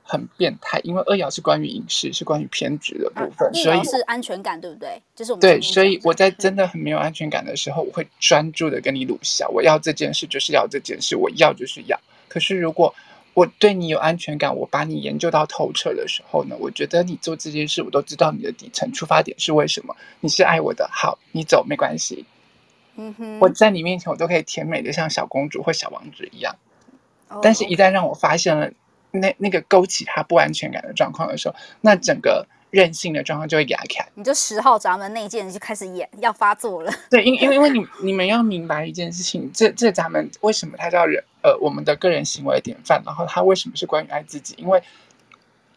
[SPEAKER 6] 很变态，因为二爻是关于隐士，是关于偏执的部分，
[SPEAKER 4] 一
[SPEAKER 6] 所以
[SPEAKER 4] 爻啊是安全感，对不对？就是我们前
[SPEAKER 6] 对，
[SPEAKER 4] 面
[SPEAKER 6] 所以
[SPEAKER 4] 讲的嗯
[SPEAKER 6] 我在真的很没有安全感的时候，我会专注的跟你鲁笑，我要这件事就是要这件事，我要就是要。可是如果我对你有安全感，我把你研究到透彻的时候呢，我觉得你做这件事，我都知道你的底层出发点是为什么，你是爱我的，好，你走没关系，
[SPEAKER 4] 嗯哼，
[SPEAKER 6] 我在你面前我都可以甜美的像小公主或小王子一样。
[SPEAKER 4] 哦
[SPEAKER 6] 但是，一
[SPEAKER 4] OK
[SPEAKER 6] 旦让我发现了那那个勾起他不安全感的状况的时候，那整个任性的状况就会给他看。
[SPEAKER 4] 你就十号闸门内件就开始演要发作了。
[SPEAKER 6] 对，因因为因为你你们要明白一件事情，这这咱们为什么它叫人呃我们的个人行为典范，然后它为什么是关于爱自己？因为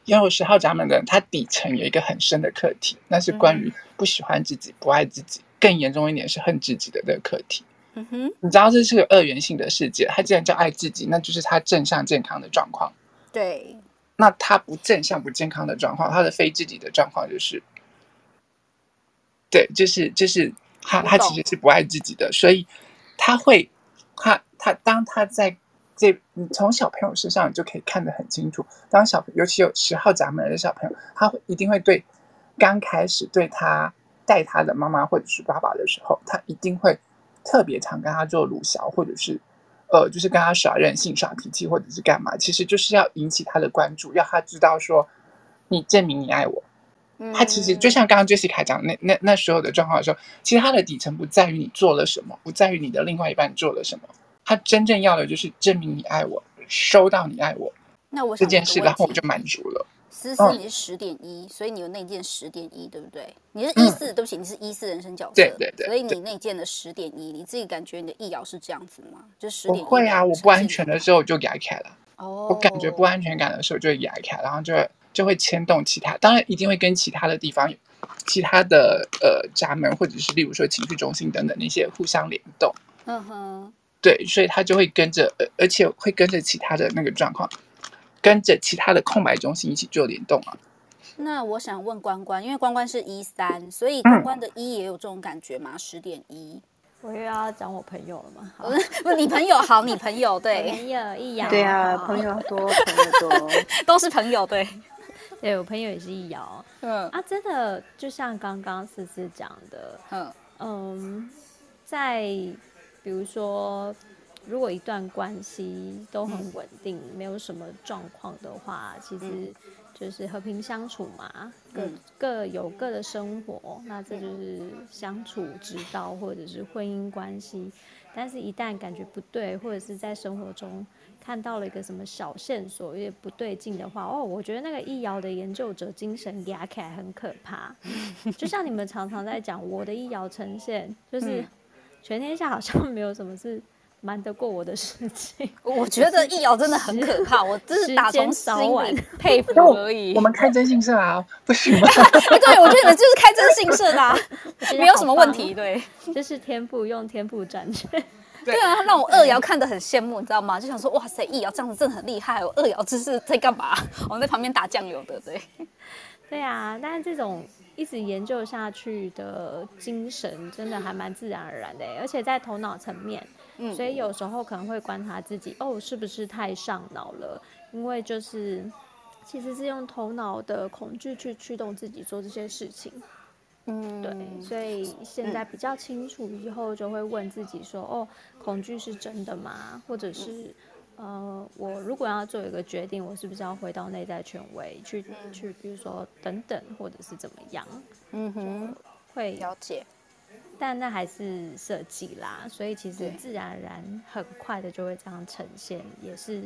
[SPEAKER 6] 因为十号闸门的人，他底层有一个很深的课题，那是关
[SPEAKER 4] 嗯
[SPEAKER 6] 于不喜欢自己、不爱自己，更严重一点是恨自己的这个课题。
[SPEAKER 4] 嗯哼，
[SPEAKER 6] 你知道这是个二元性的世界，它既然叫爱自己，那就是他正向健康的状况。
[SPEAKER 4] 对，
[SPEAKER 6] 那他不正向不健康的状况，他的非自己的状况就是，对，就是就是他
[SPEAKER 4] 我
[SPEAKER 6] 他
[SPEAKER 4] 懂
[SPEAKER 6] 其实是不爱自己的，所以他会他他当他在这你从小朋友身上你就可以看得很清楚，当小尤其有十号闸门的小朋友，他会一定会对刚开始对他带他的妈妈或者是爸爸的时候，他一定会特别常跟他做鲁小或者是呃，就是跟他耍任性、耍脾气，或者是干嘛，其实就是要引起他的关注，要他知道说你证明你爱我。他其
[SPEAKER 4] 嗯
[SPEAKER 6] 实就像刚刚 Jessica 讲的那那那时候的状况的时候，其实他的底层不在于你做了什么，不在于你的另外一半做了什么，他真正要的就是证明你爱我，收到你爱我
[SPEAKER 4] 那我
[SPEAKER 6] 这
[SPEAKER 4] 想问
[SPEAKER 6] 件
[SPEAKER 4] 个
[SPEAKER 6] 事，
[SPEAKER 4] 问
[SPEAKER 6] 然后
[SPEAKER 4] 题
[SPEAKER 6] 我就满足了。
[SPEAKER 4] 思思
[SPEAKER 6] 嗯
[SPEAKER 4] 你是十点一，所以你有内建十点一，对不对？你是一四，对不起，你是一四人生角色，
[SPEAKER 6] 嗯对对对
[SPEAKER 4] 所以你内建的十点一，你自己感觉你的易遥是这样子吗？就十
[SPEAKER 6] 不
[SPEAKER 4] 点一
[SPEAKER 6] 会啊，我不安全的时
[SPEAKER 4] 候，
[SPEAKER 6] 候我就给他开了，
[SPEAKER 4] 哦，
[SPEAKER 6] 我感觉不安全感的时候就给他开，然后就会就会牵动其他，当然一定会跟其他的地方有。其他的呃闸门，或者是例如说情绪中心等等那些互相联动，
[SPEAKER 4] 嗯哼，
[SPEAKER 6] 对，所以他就会跟着，呃，而且会跟着其他的那个状况，跟着其他的空白中心一起做联动啊。
[SPEAKER 4] 那我想问关关，因为关关是一三，所以关
[SPEAKER 6] 嗯
[SPEAKER 4] 关的一也有这种感觉吗？十点一，
[SPEAKER 5] 我又要讲我朋友了嘛？好，
[SPEAKER 4] 不，你朋友好，你朋友
[SPEAKER 5] 我
[SPEAKER 4] 对，
[SPEAKER 5] 朋友易
[SPEAKER 4] 哦
[SPEAKER 5] 遥，
[SPEAKER 7] 对啊，
[SPEAKER 5] 好
[SPEAKER 7] 朋友多，朋友 多，
[SPEAKER 4] 都是朋友 对，
[SPEAKER 5] 对我朋友也是易遥
[SPEAKER 4] 嗯
[SPEAKER 5] 啊，真的就像刚刚思思讲的，
[SPEAKER 4] 嗯
[SPEAKER 5] 嗯，在比如说，如果一段关系都很稳定，没有什么状况的话，其实就是和平相处嘛，各、
[SPEAKER 4] 嗯
[SPEAKER 5] 各有各的生活，那这就是相处之道，或者是婚姻关系。但是，一旦感觉不对，或者是在生活中看到了一个什么小线索，有点不对劲的话，哦，我觉得那个易遥的研究者精神压起来很可 怕。就像你们常常在讲我的易遥呈现，就是
[SPEAKER 4] 嗯
[SPEAKER 5] 全天下好像没有什么是瞒得过我的事 情。
[SPEAKER 4] 我觉得易遥真的很可怕，我真是
[SPEAKER 5] 时
[SPEAKER 4] 打
[SPEAKER 5] 间
[SPEAKER 4] 从心
[SPEAKER 5] 早晚
[SPEAKER 4] 里佩 服
[SPEAKER 6] 那我
[SPEAKER 4] 而已。
[SPEAKER 6] 我们开征信社啊，不行吗？
[SPEAKER 4] 哎，对，我觉得你们就是开征信社的、啊，
[SPEAKER 5] 觉得
[SPEAKER 4] 没有
[SPEAKER 5] 好啊
[SPEAKER 4] 什么问
[SPEAKER 5] 棒哦
[SPEAKER 4] 题。对，
[SPEAKER 5] 这是天赋，用天赋展现。
[SPEAKER 4] 对啊，让我二爻看得很羡慕，你知道吗？就想说，哇塞，易爻这样子真的很厉害哦。二爻这是在干嘛？ 我们在旁边打酱油的，对，
[SPEAKER 5] 对啊，但是这种一直研究下去的精神，真的还蛮自然而然的欸，而且在头脑层面，
[SPEAKER 4] 嗯
[SPEAKER 5] 所以有时候可能会观察自己，哦，是不是太上脑了？因为就是其实是用头脑的恐惧去驱动自己做这些事情。
[SPEAKER 4] 嗯，
[SPEAKER 5] 对，所以现在比较清楚以后，就会问自己说：哦，恐惧是真的吗？或者是，呃，我如果要做一个决定，我是不是要回到内在权威去去，比如说等等，或者是怎么样？
[SPEAKER 4] 嗯哼，
[SPEAKER 5] 会，
[SPEAKER 4] 了解，
[SPEAKER 5] 但那还是设计啦，所以其实
[SPEAKER 4] 对
[SPEAKER 5] 自然而然很快的就会这样呈现，也是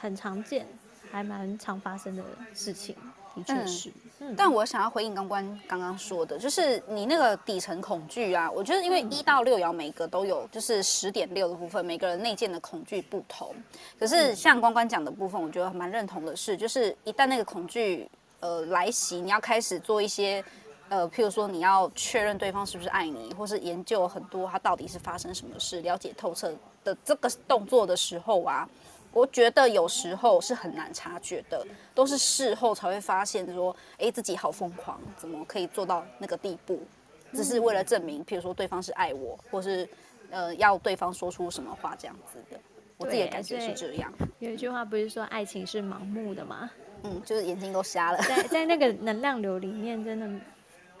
[SPEAKER 5] 很常见，还蛮常发生的事情，的确
[SPEAKER 4] 嗯
[SPEAKER 5] 是。嗯，
[SPEAKER 4] 但我想要回应刚刚刚刚说的，就是你那个底层恐惧啊，我觉得因为一到六爻每个都有，就是十点六的部分，每个人内建的恐惧不同。可是像关关讲的部分，我觉得蛮认同的是，就是一旦那个恐惧呃来袭，你要开始做一些。呃，譬如说你要确认对方是不是爱你，或是研究很多他到底是发生什么事，了解透彻的这个动作的时候啊，我觉得有时候是很难察觉的，都是事后才会发现说，哎，自己好疯狂，怎么可以做到那个地步？只是为了证明，譬如说对方是爱我，或是呃要对方说出什么话这样子的。我自己的
[SPEAKER 5] 对
[SPEAKER 4] 感觉是
[SPEAKER 5] 对
[SPEAKER 4] 这样，
[SPEAKER 6] 哎
[SPEAKER 5] 有一句话不是说爱情是盲目的吗？
[SPEAKER 4] 嗯，就是眼睛都瞎了。
[SPEAKER 5] 在在那个能量流里面，真的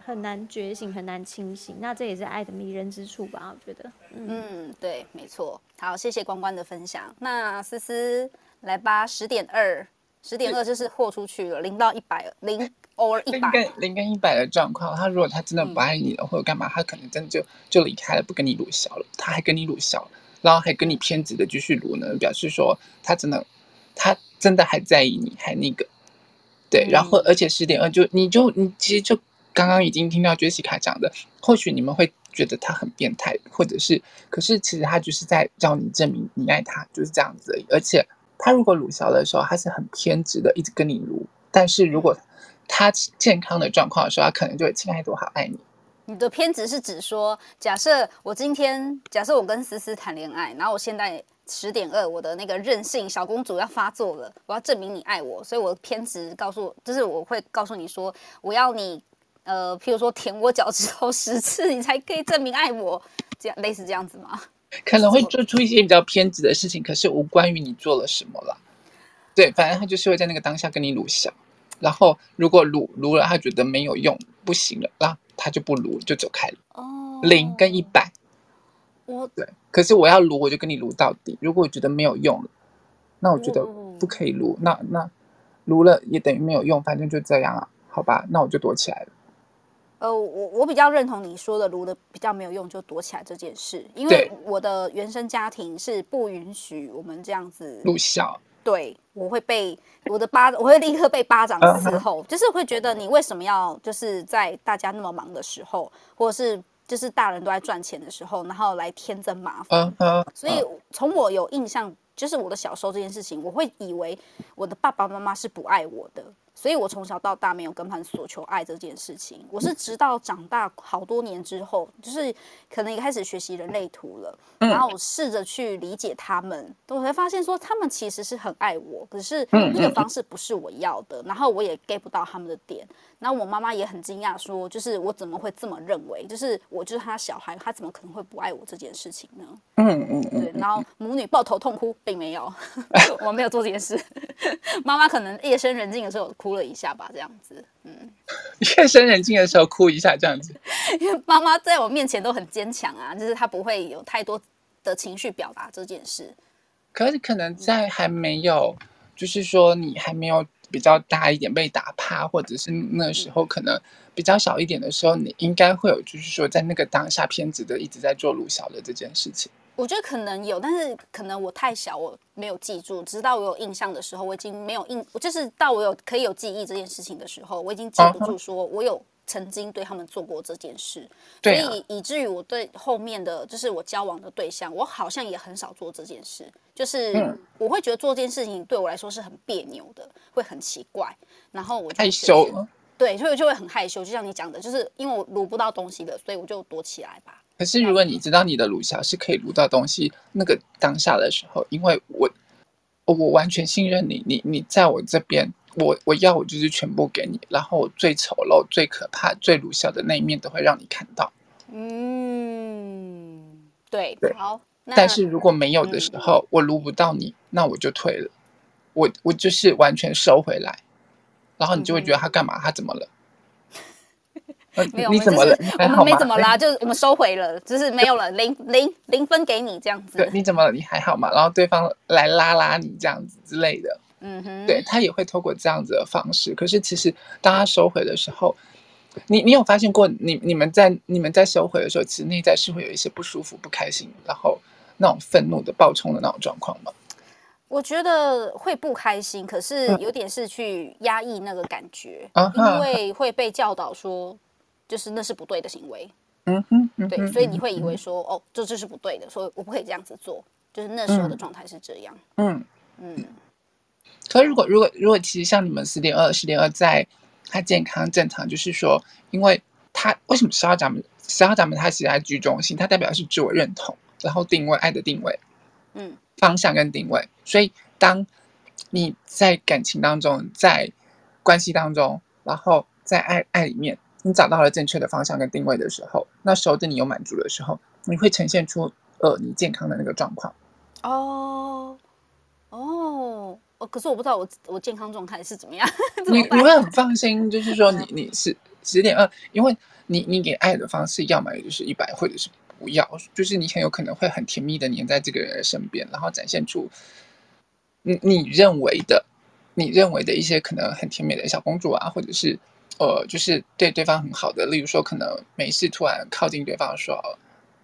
[SPEAKER 5] 很难觉醒，很难清醒。那这也是爱的迷人之处吧？我觉得，嗯，
[SPEAKER 4] 嗯，对，没错。好，谢谢关关的分享。那思思来吧，十点二，十点二就是豁出去了，零到一百，零 or 一
[SPEAKER 6] 零
[SPEAKER 4] 百。
[SPEAKER 6] 跟零跟一百的状况，他如果他真的不爱你了，或者干嘛，他可能真的就就离开了，不跟你鲁小了，他还跟你鲁小，然后还跟你偏执的继续鲁呢，表示说他真的他真的还在意你，还那个。对，然后而且十点二就你就你其实就刚刚已经听到 Jessica 讲的，或许你们会觉得他很变态，或者是，可是其实他就是在让你证明你爱他，就是这样子而已。而且他如果鲁小的时候，他是很偏执的，一直跟你撸，但是如果他健康的状况的时候，他可能就会亲爱哎的我好爱你。
[SPEAKER 4] 你的偏执是指说，假设我今天，假设我跟思思谈恋爱，然后我现在十点二，我的那个任性小公主要发作了，我要证明你爱我，所以我偏执告诉，就是我会告诉你说，我要你，呃，譬如说舔我脚趾头十次，你才可以证明爱我，这样类似这样子吗？
[SPEAKER 6] 可能会做出一些比较偏执的事情，可是无关于你做了什么了。对，反正他就是会在那个当下跟你鲁小，然后如果鲁鲁了，他觉得没有用，不行了，那他就不鲁，就走开了。
[SPEAKER 4] 哦，
[SPEAKER 6] 零跟一，百，
[SPEAKER 4] 我
[SPEAKER 6] 对。可是我要鲁，我就跟你鲁到底。如果我觉得没有用了，那我觉得
[SPEAKER 4] 哦
[SPEAKER 6] 不可以鲁，那那鲁了也等于没有用，反正就这样啊，好吧，那我就躲起来了。
[SPEAKER 4] 呃，我我比较认同你说的撸的比较没有用就躲起来这件事，因为
[SPEAKER 6] 对
[SPEAKER 4] 我的原生家庭是不允许我们这样子
[SPEAKER 6] 鲁小，
[SPEAKER 4] 对，我会被我的巴，我会立刻被巴掌
[SPEAKER 6] 嗯
[SPEAKER 4] 伺候，就是会觉得你为什么要就是在大家那么忙的时候，或者是就是大人都在赚钱的时候，然后来添增麻烦。
[SPEAKER 6] 嗯嗯，
[SPEAKER 4] 所以从我有印象，就是我的小时候这件事情，我会以为我的爸爸妈妈是不爱我的，所以我从小到大没有跟他们索求爱这件事情。我是直到长大好多年之后，就是可能也开始学习人类图了，
[SPEAKER 6] 嗯
[SPEAKER 4] 然后我试着去理解他们，我才发现说他们其实是很爱我，可是
[SPEAKER 6] 嗯
[SPEAKER 4] 那个
[SPEAKER 6] 嗯
[SPEAKER 4] 方式不是我要的，然后我也 get 不到他们的点。然后我妈妈也很惊讶说，就是我怎么会这么认为？就是我就是他小孩，他怎么可能会不爱我这件事情呢？
[SPEAKER 6] 嗯嗯嗯
[SPEAKER 4] 对，然后母女抱头痛哭，并没有， 我没有做这件事。 妈妈可能夜深人静的时候哭了一下吧，这样子， 嗯
[SPEAKER 6] 夜深人静的时候哭一下这样子，
[SPEAKER 4] 因为 妈妈在我面前都很坚强啊，就是她不会有太多的情绪表达这件事。
[SPEAKER 6] 可是可能在还没有，就是说你还没有比较大一点被打趴，或者是那时候可能比较小一点的时候，你应该会有，就是说在那个当下偏执的一直在做鲁小的这件事情。
[SPEAKER 4] 我觉得可能有，但是可能我太小，我没有记住。直到我有印象的时候，我已经没有印，我就是到我有可以有记忆这件事情的时候，我已经记不
[SPEAKER 6] 嗯
[SPEAKER 4] 住，说我有曾经对他们做过这件事，
[SPEAKER 6] 对啊
[SPEAKER 4] 所以以至于我对后面的就是我交往的对象，我好像也很少做这件事，就是
[SPEAKER 6] 嗯
[SPEAKER 4] 我会觉得做这件事情对我来说是很别扭的，会很奇怪，然后我就
[SPEAKER 6] 害
[SPEAKER 4] 选
[SPEAKER 6] 羞
[SPEAKER 4] 择
[SPEAKER 6] 了。
[SPEAKER 4] 对，所以我就会很害羞。就像你讲的，就是因为我撸不到东西了，所以我就躲起来吧。
[SPEAKER 6] 可是如果你知道你的鲁小是可以撸到东西，那个当下的时候，因为我我完全信任你，你你在我这边，我我要我就是全部给你，然后我最丑陋、最可怕、最鲁小的那一面都会让你看到。
[SPEAKER 4] 嗯，对，
[SPEAKER 6] 对
[SPEAKER 4] 好。那嗯
[SPEAKER 6] 但是如果没有的时候，我撸不到你，那我就退了，我我就是完全收回来，然后你就会觉得他干嘛？他怎么了？呃
[SPEAKER 4] 嗯 没有，
[SPEAKER 6] 你
[SPEAKER 4] 我们
[SPEAKER 6] 怎么
[SPEAKER 4] 就
[SPEAKER 6] 了？你
[SPEAKER 4] 是
[SPEAKER 6] 还
[SPEAKER 4] 我们
[SPEAKER 6] 好
[SPEAKER 4] 没
[SPEAKER 6] 吗？
[SPEAKER 4] 怎么啦，就是我们收回了，就是没有了，零零零分给你这样
[SPEAKER 6] 对，
[SPEAKER 4] 子。
[SPEAKER 6] 你怎么了？你还好吗？然后对方来拉拉你这样子之类的。
[SPEAKER 4] 嗯哼，
[SPEAKER 6] 对他也会透过这样子的方式。可是其实当他收回的时候，你你有发现过，你你们在你们在收回的时候，其实内在是会有一些不舒服、不开心，然后那种愤怒的暴冲的那种状况吗？
[SPEAKER 4] 我觉得会不开心，可是
[SPEAKER 6] 嗯
[SPEAKER 4] 有点是去压抑那个感觉，
[SPEAKER 6] 啊
[SPEAKER 4] 因
[SPEAKER 6] 哈
[SPEAKER 4] 为会被教导说，就是那是不对的行为，
[SPEAKER 6] 嗯哼，嗯哼
[SPEAKER 4] 对，所以你会以为说，哦，这就是不对的，所以我不可以这样子做，就是那时候的
[SPEAKER 6] 嗯
[SPEAKER 4] 状态是这样。
[SPEAKER 6] 嗯。
[SPEAKER 4] 嗯，
[SPEAKER 6] 可如果如果如果其实像你们十点二十点二在它健康正常，就是说，因为它为什么十号闸门十号闸门它其实它居中心，它代表的是自我认同，然后定位爱的定位，
[SPEAKER 4] 嗯，
[SPEAKER 6] 方向跟定位。所以当你在感情当中，在关系当中，然后在爱爱里面，你找到了正确的方向跟定位的时候，那时候的你有满足的时候，你会呈现出呃你健康的那个状况。
[SPEAKER 4] 哦，哦，哦，可是我不知道我我健康状态是怎么样， 怎
[SPEAKER 6] 你
[SPEAKER 4] 么
[SPEAKER 6] 你
[SPEAKER 4] 办？
[SPEAKER 6] 会很放心，就是说你你是十点二，因为你你给爱的方式，要么就是一百，或者是不要，就是你很有可能会很甜蜜的黏在这个人的身边，然后展现出你你认为的你认为的一些可能很甜美的小公主啊，或者是呃，就是对对方很好的，例如说可能没事突然靠近对方说，哦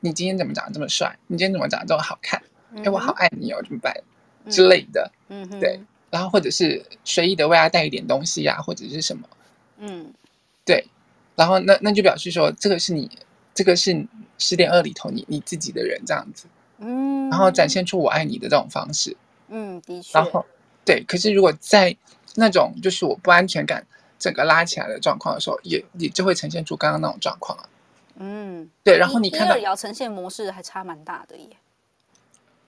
[SPEAKER 6] 你今天怎么长得这么帅？你今天怎么长得这么好看？哎、我好爱你哦，怎么办？之类的，
[SPEAKER 4] 嗯哼，
[SPEAKER 6] 对，然后或者是随意的为他带一点东西呀、或者是什么。
[SPEAKER 4] 嗯
[SPEAKER 6] 对，然后那那就表示说，这个是你，这个是十点二里头你你自己的人这样子，
[SPEAKER 4] 嗯，
[SPEAKER 6] 然后展现出我爱你的这种方式，
[SPEAKER 4] 嗯，的确
[SPEAKER 6] 然，后对，可是如果在那种就是我不安全感整个拉起来的状况的时候，也也就会呈现出刚刚那种状况啊。
[SPEAKER 4] 嗯，
[SPEAKER 6] 对，然后你
[SPEAKER 4] 一
[SPEAKER 6] 看
[SPEAKER 4] 一
[SPEAKER 6] 到
[SPEAKER 4] 二爻呈现模式还差蛮大的耶。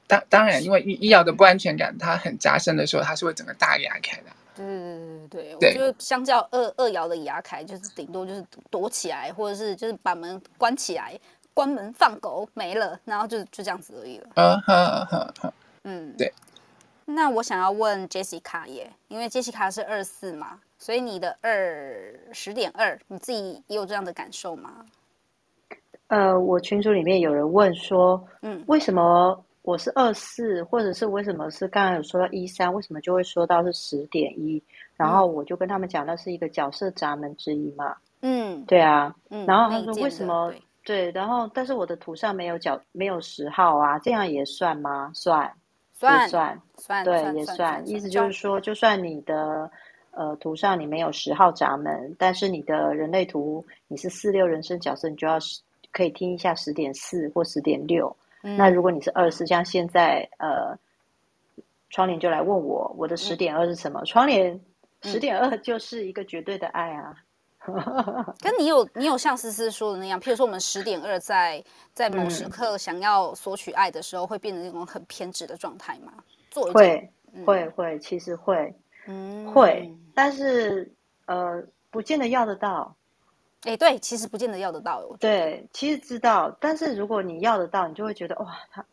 [SPEAKER 6] 当当然，因为医医疗的不安全感它很加深的时候，它是会整个大压开的啊。
[SPEAKER 4] 对对对对对，
[SPEAKER 6] 对
[SPEAKER 4] 我觉得相较二二爻的牙凯，就是顶多就是躲起来，或者是就是把门关起来，关门放狗没了，然后就就这样子而已了。
[SPEAKER 6] 嗯哼哼哼，
[SPEAKER 4] 嗯，
[SPEAKER 6] 对。
[SPEAKER 4] 那我想要问 Jessica 耶，因为 Jessica 是二四嘛，所以你的二十点二，你自己也有这样的感受吗？
[SPEAKER 1] 呃，我群组里面有人问说，
[SPEAKER 4] 嗯
[SPEAKER 1] 为什么我是二四，或者是为什么是刚才有说到一三，为什么就会说到是十点一？然后我就跟他们讲，那是一个角色闸门之一嘛。
[SPEAKER 4] 嗯
[SPEAKER 1] 对啊，
[SPEAKER 4] 嗯，
[SPEAKER 1] 然后他
[SPEAKER 4] 内
[SPEAKER 1] 说
[SPEAKER 4] 建
[SPEAKER 1] 为什
[SPEAKER 4] 的
[SPEAKER 1] 么？
[SPEAKER 4] 对，
[SPEAKER 1] 对，然后但是我的图上没有角，没有十号啊，这样也算吗？算。
[SPEAKER 4] 算
[SPEAKER 1] 算
[SPEAKER 4] 算
[SPEAKER 1] 对，也
[SPEAKER 4] 算，
[SPEAKER 1] 意思就是说，就算你的呃图上你没有十号闸门，但是你的人类图你是四六人生角色，你就要是可以听一下十点四或十点六。
[SPEAKER 4] 嗯
[SPEAKER 1] 那如果你是二四，像现在呃，窗帘就来问我，我的
[SPEAKER 4] 嗯
[SPEAKER 1] 十点二是什么？窗帘十点二就是一个绝对的爱啊。
[SPEAKER 4] 跟你有你有像思思说的那样，譬如说我们十点二在在某时
[SPEAKER 1] 嗯
[SPEAKER 4] 刻想要索取爱的时候，会变成那种很偏执的状态吗？做一件
[SPEAKER 1] 会会会，其实会
[SPEAKER 4] 嗯
[SPEAKER 1] 会，但是呃，不见得要得到。
[SPEAKER 4] 哎、对，其实不见得要得到，我觉得
[SPEAKER 1] 对，其实知道，但是如果你要得到，你就会觉得哇，他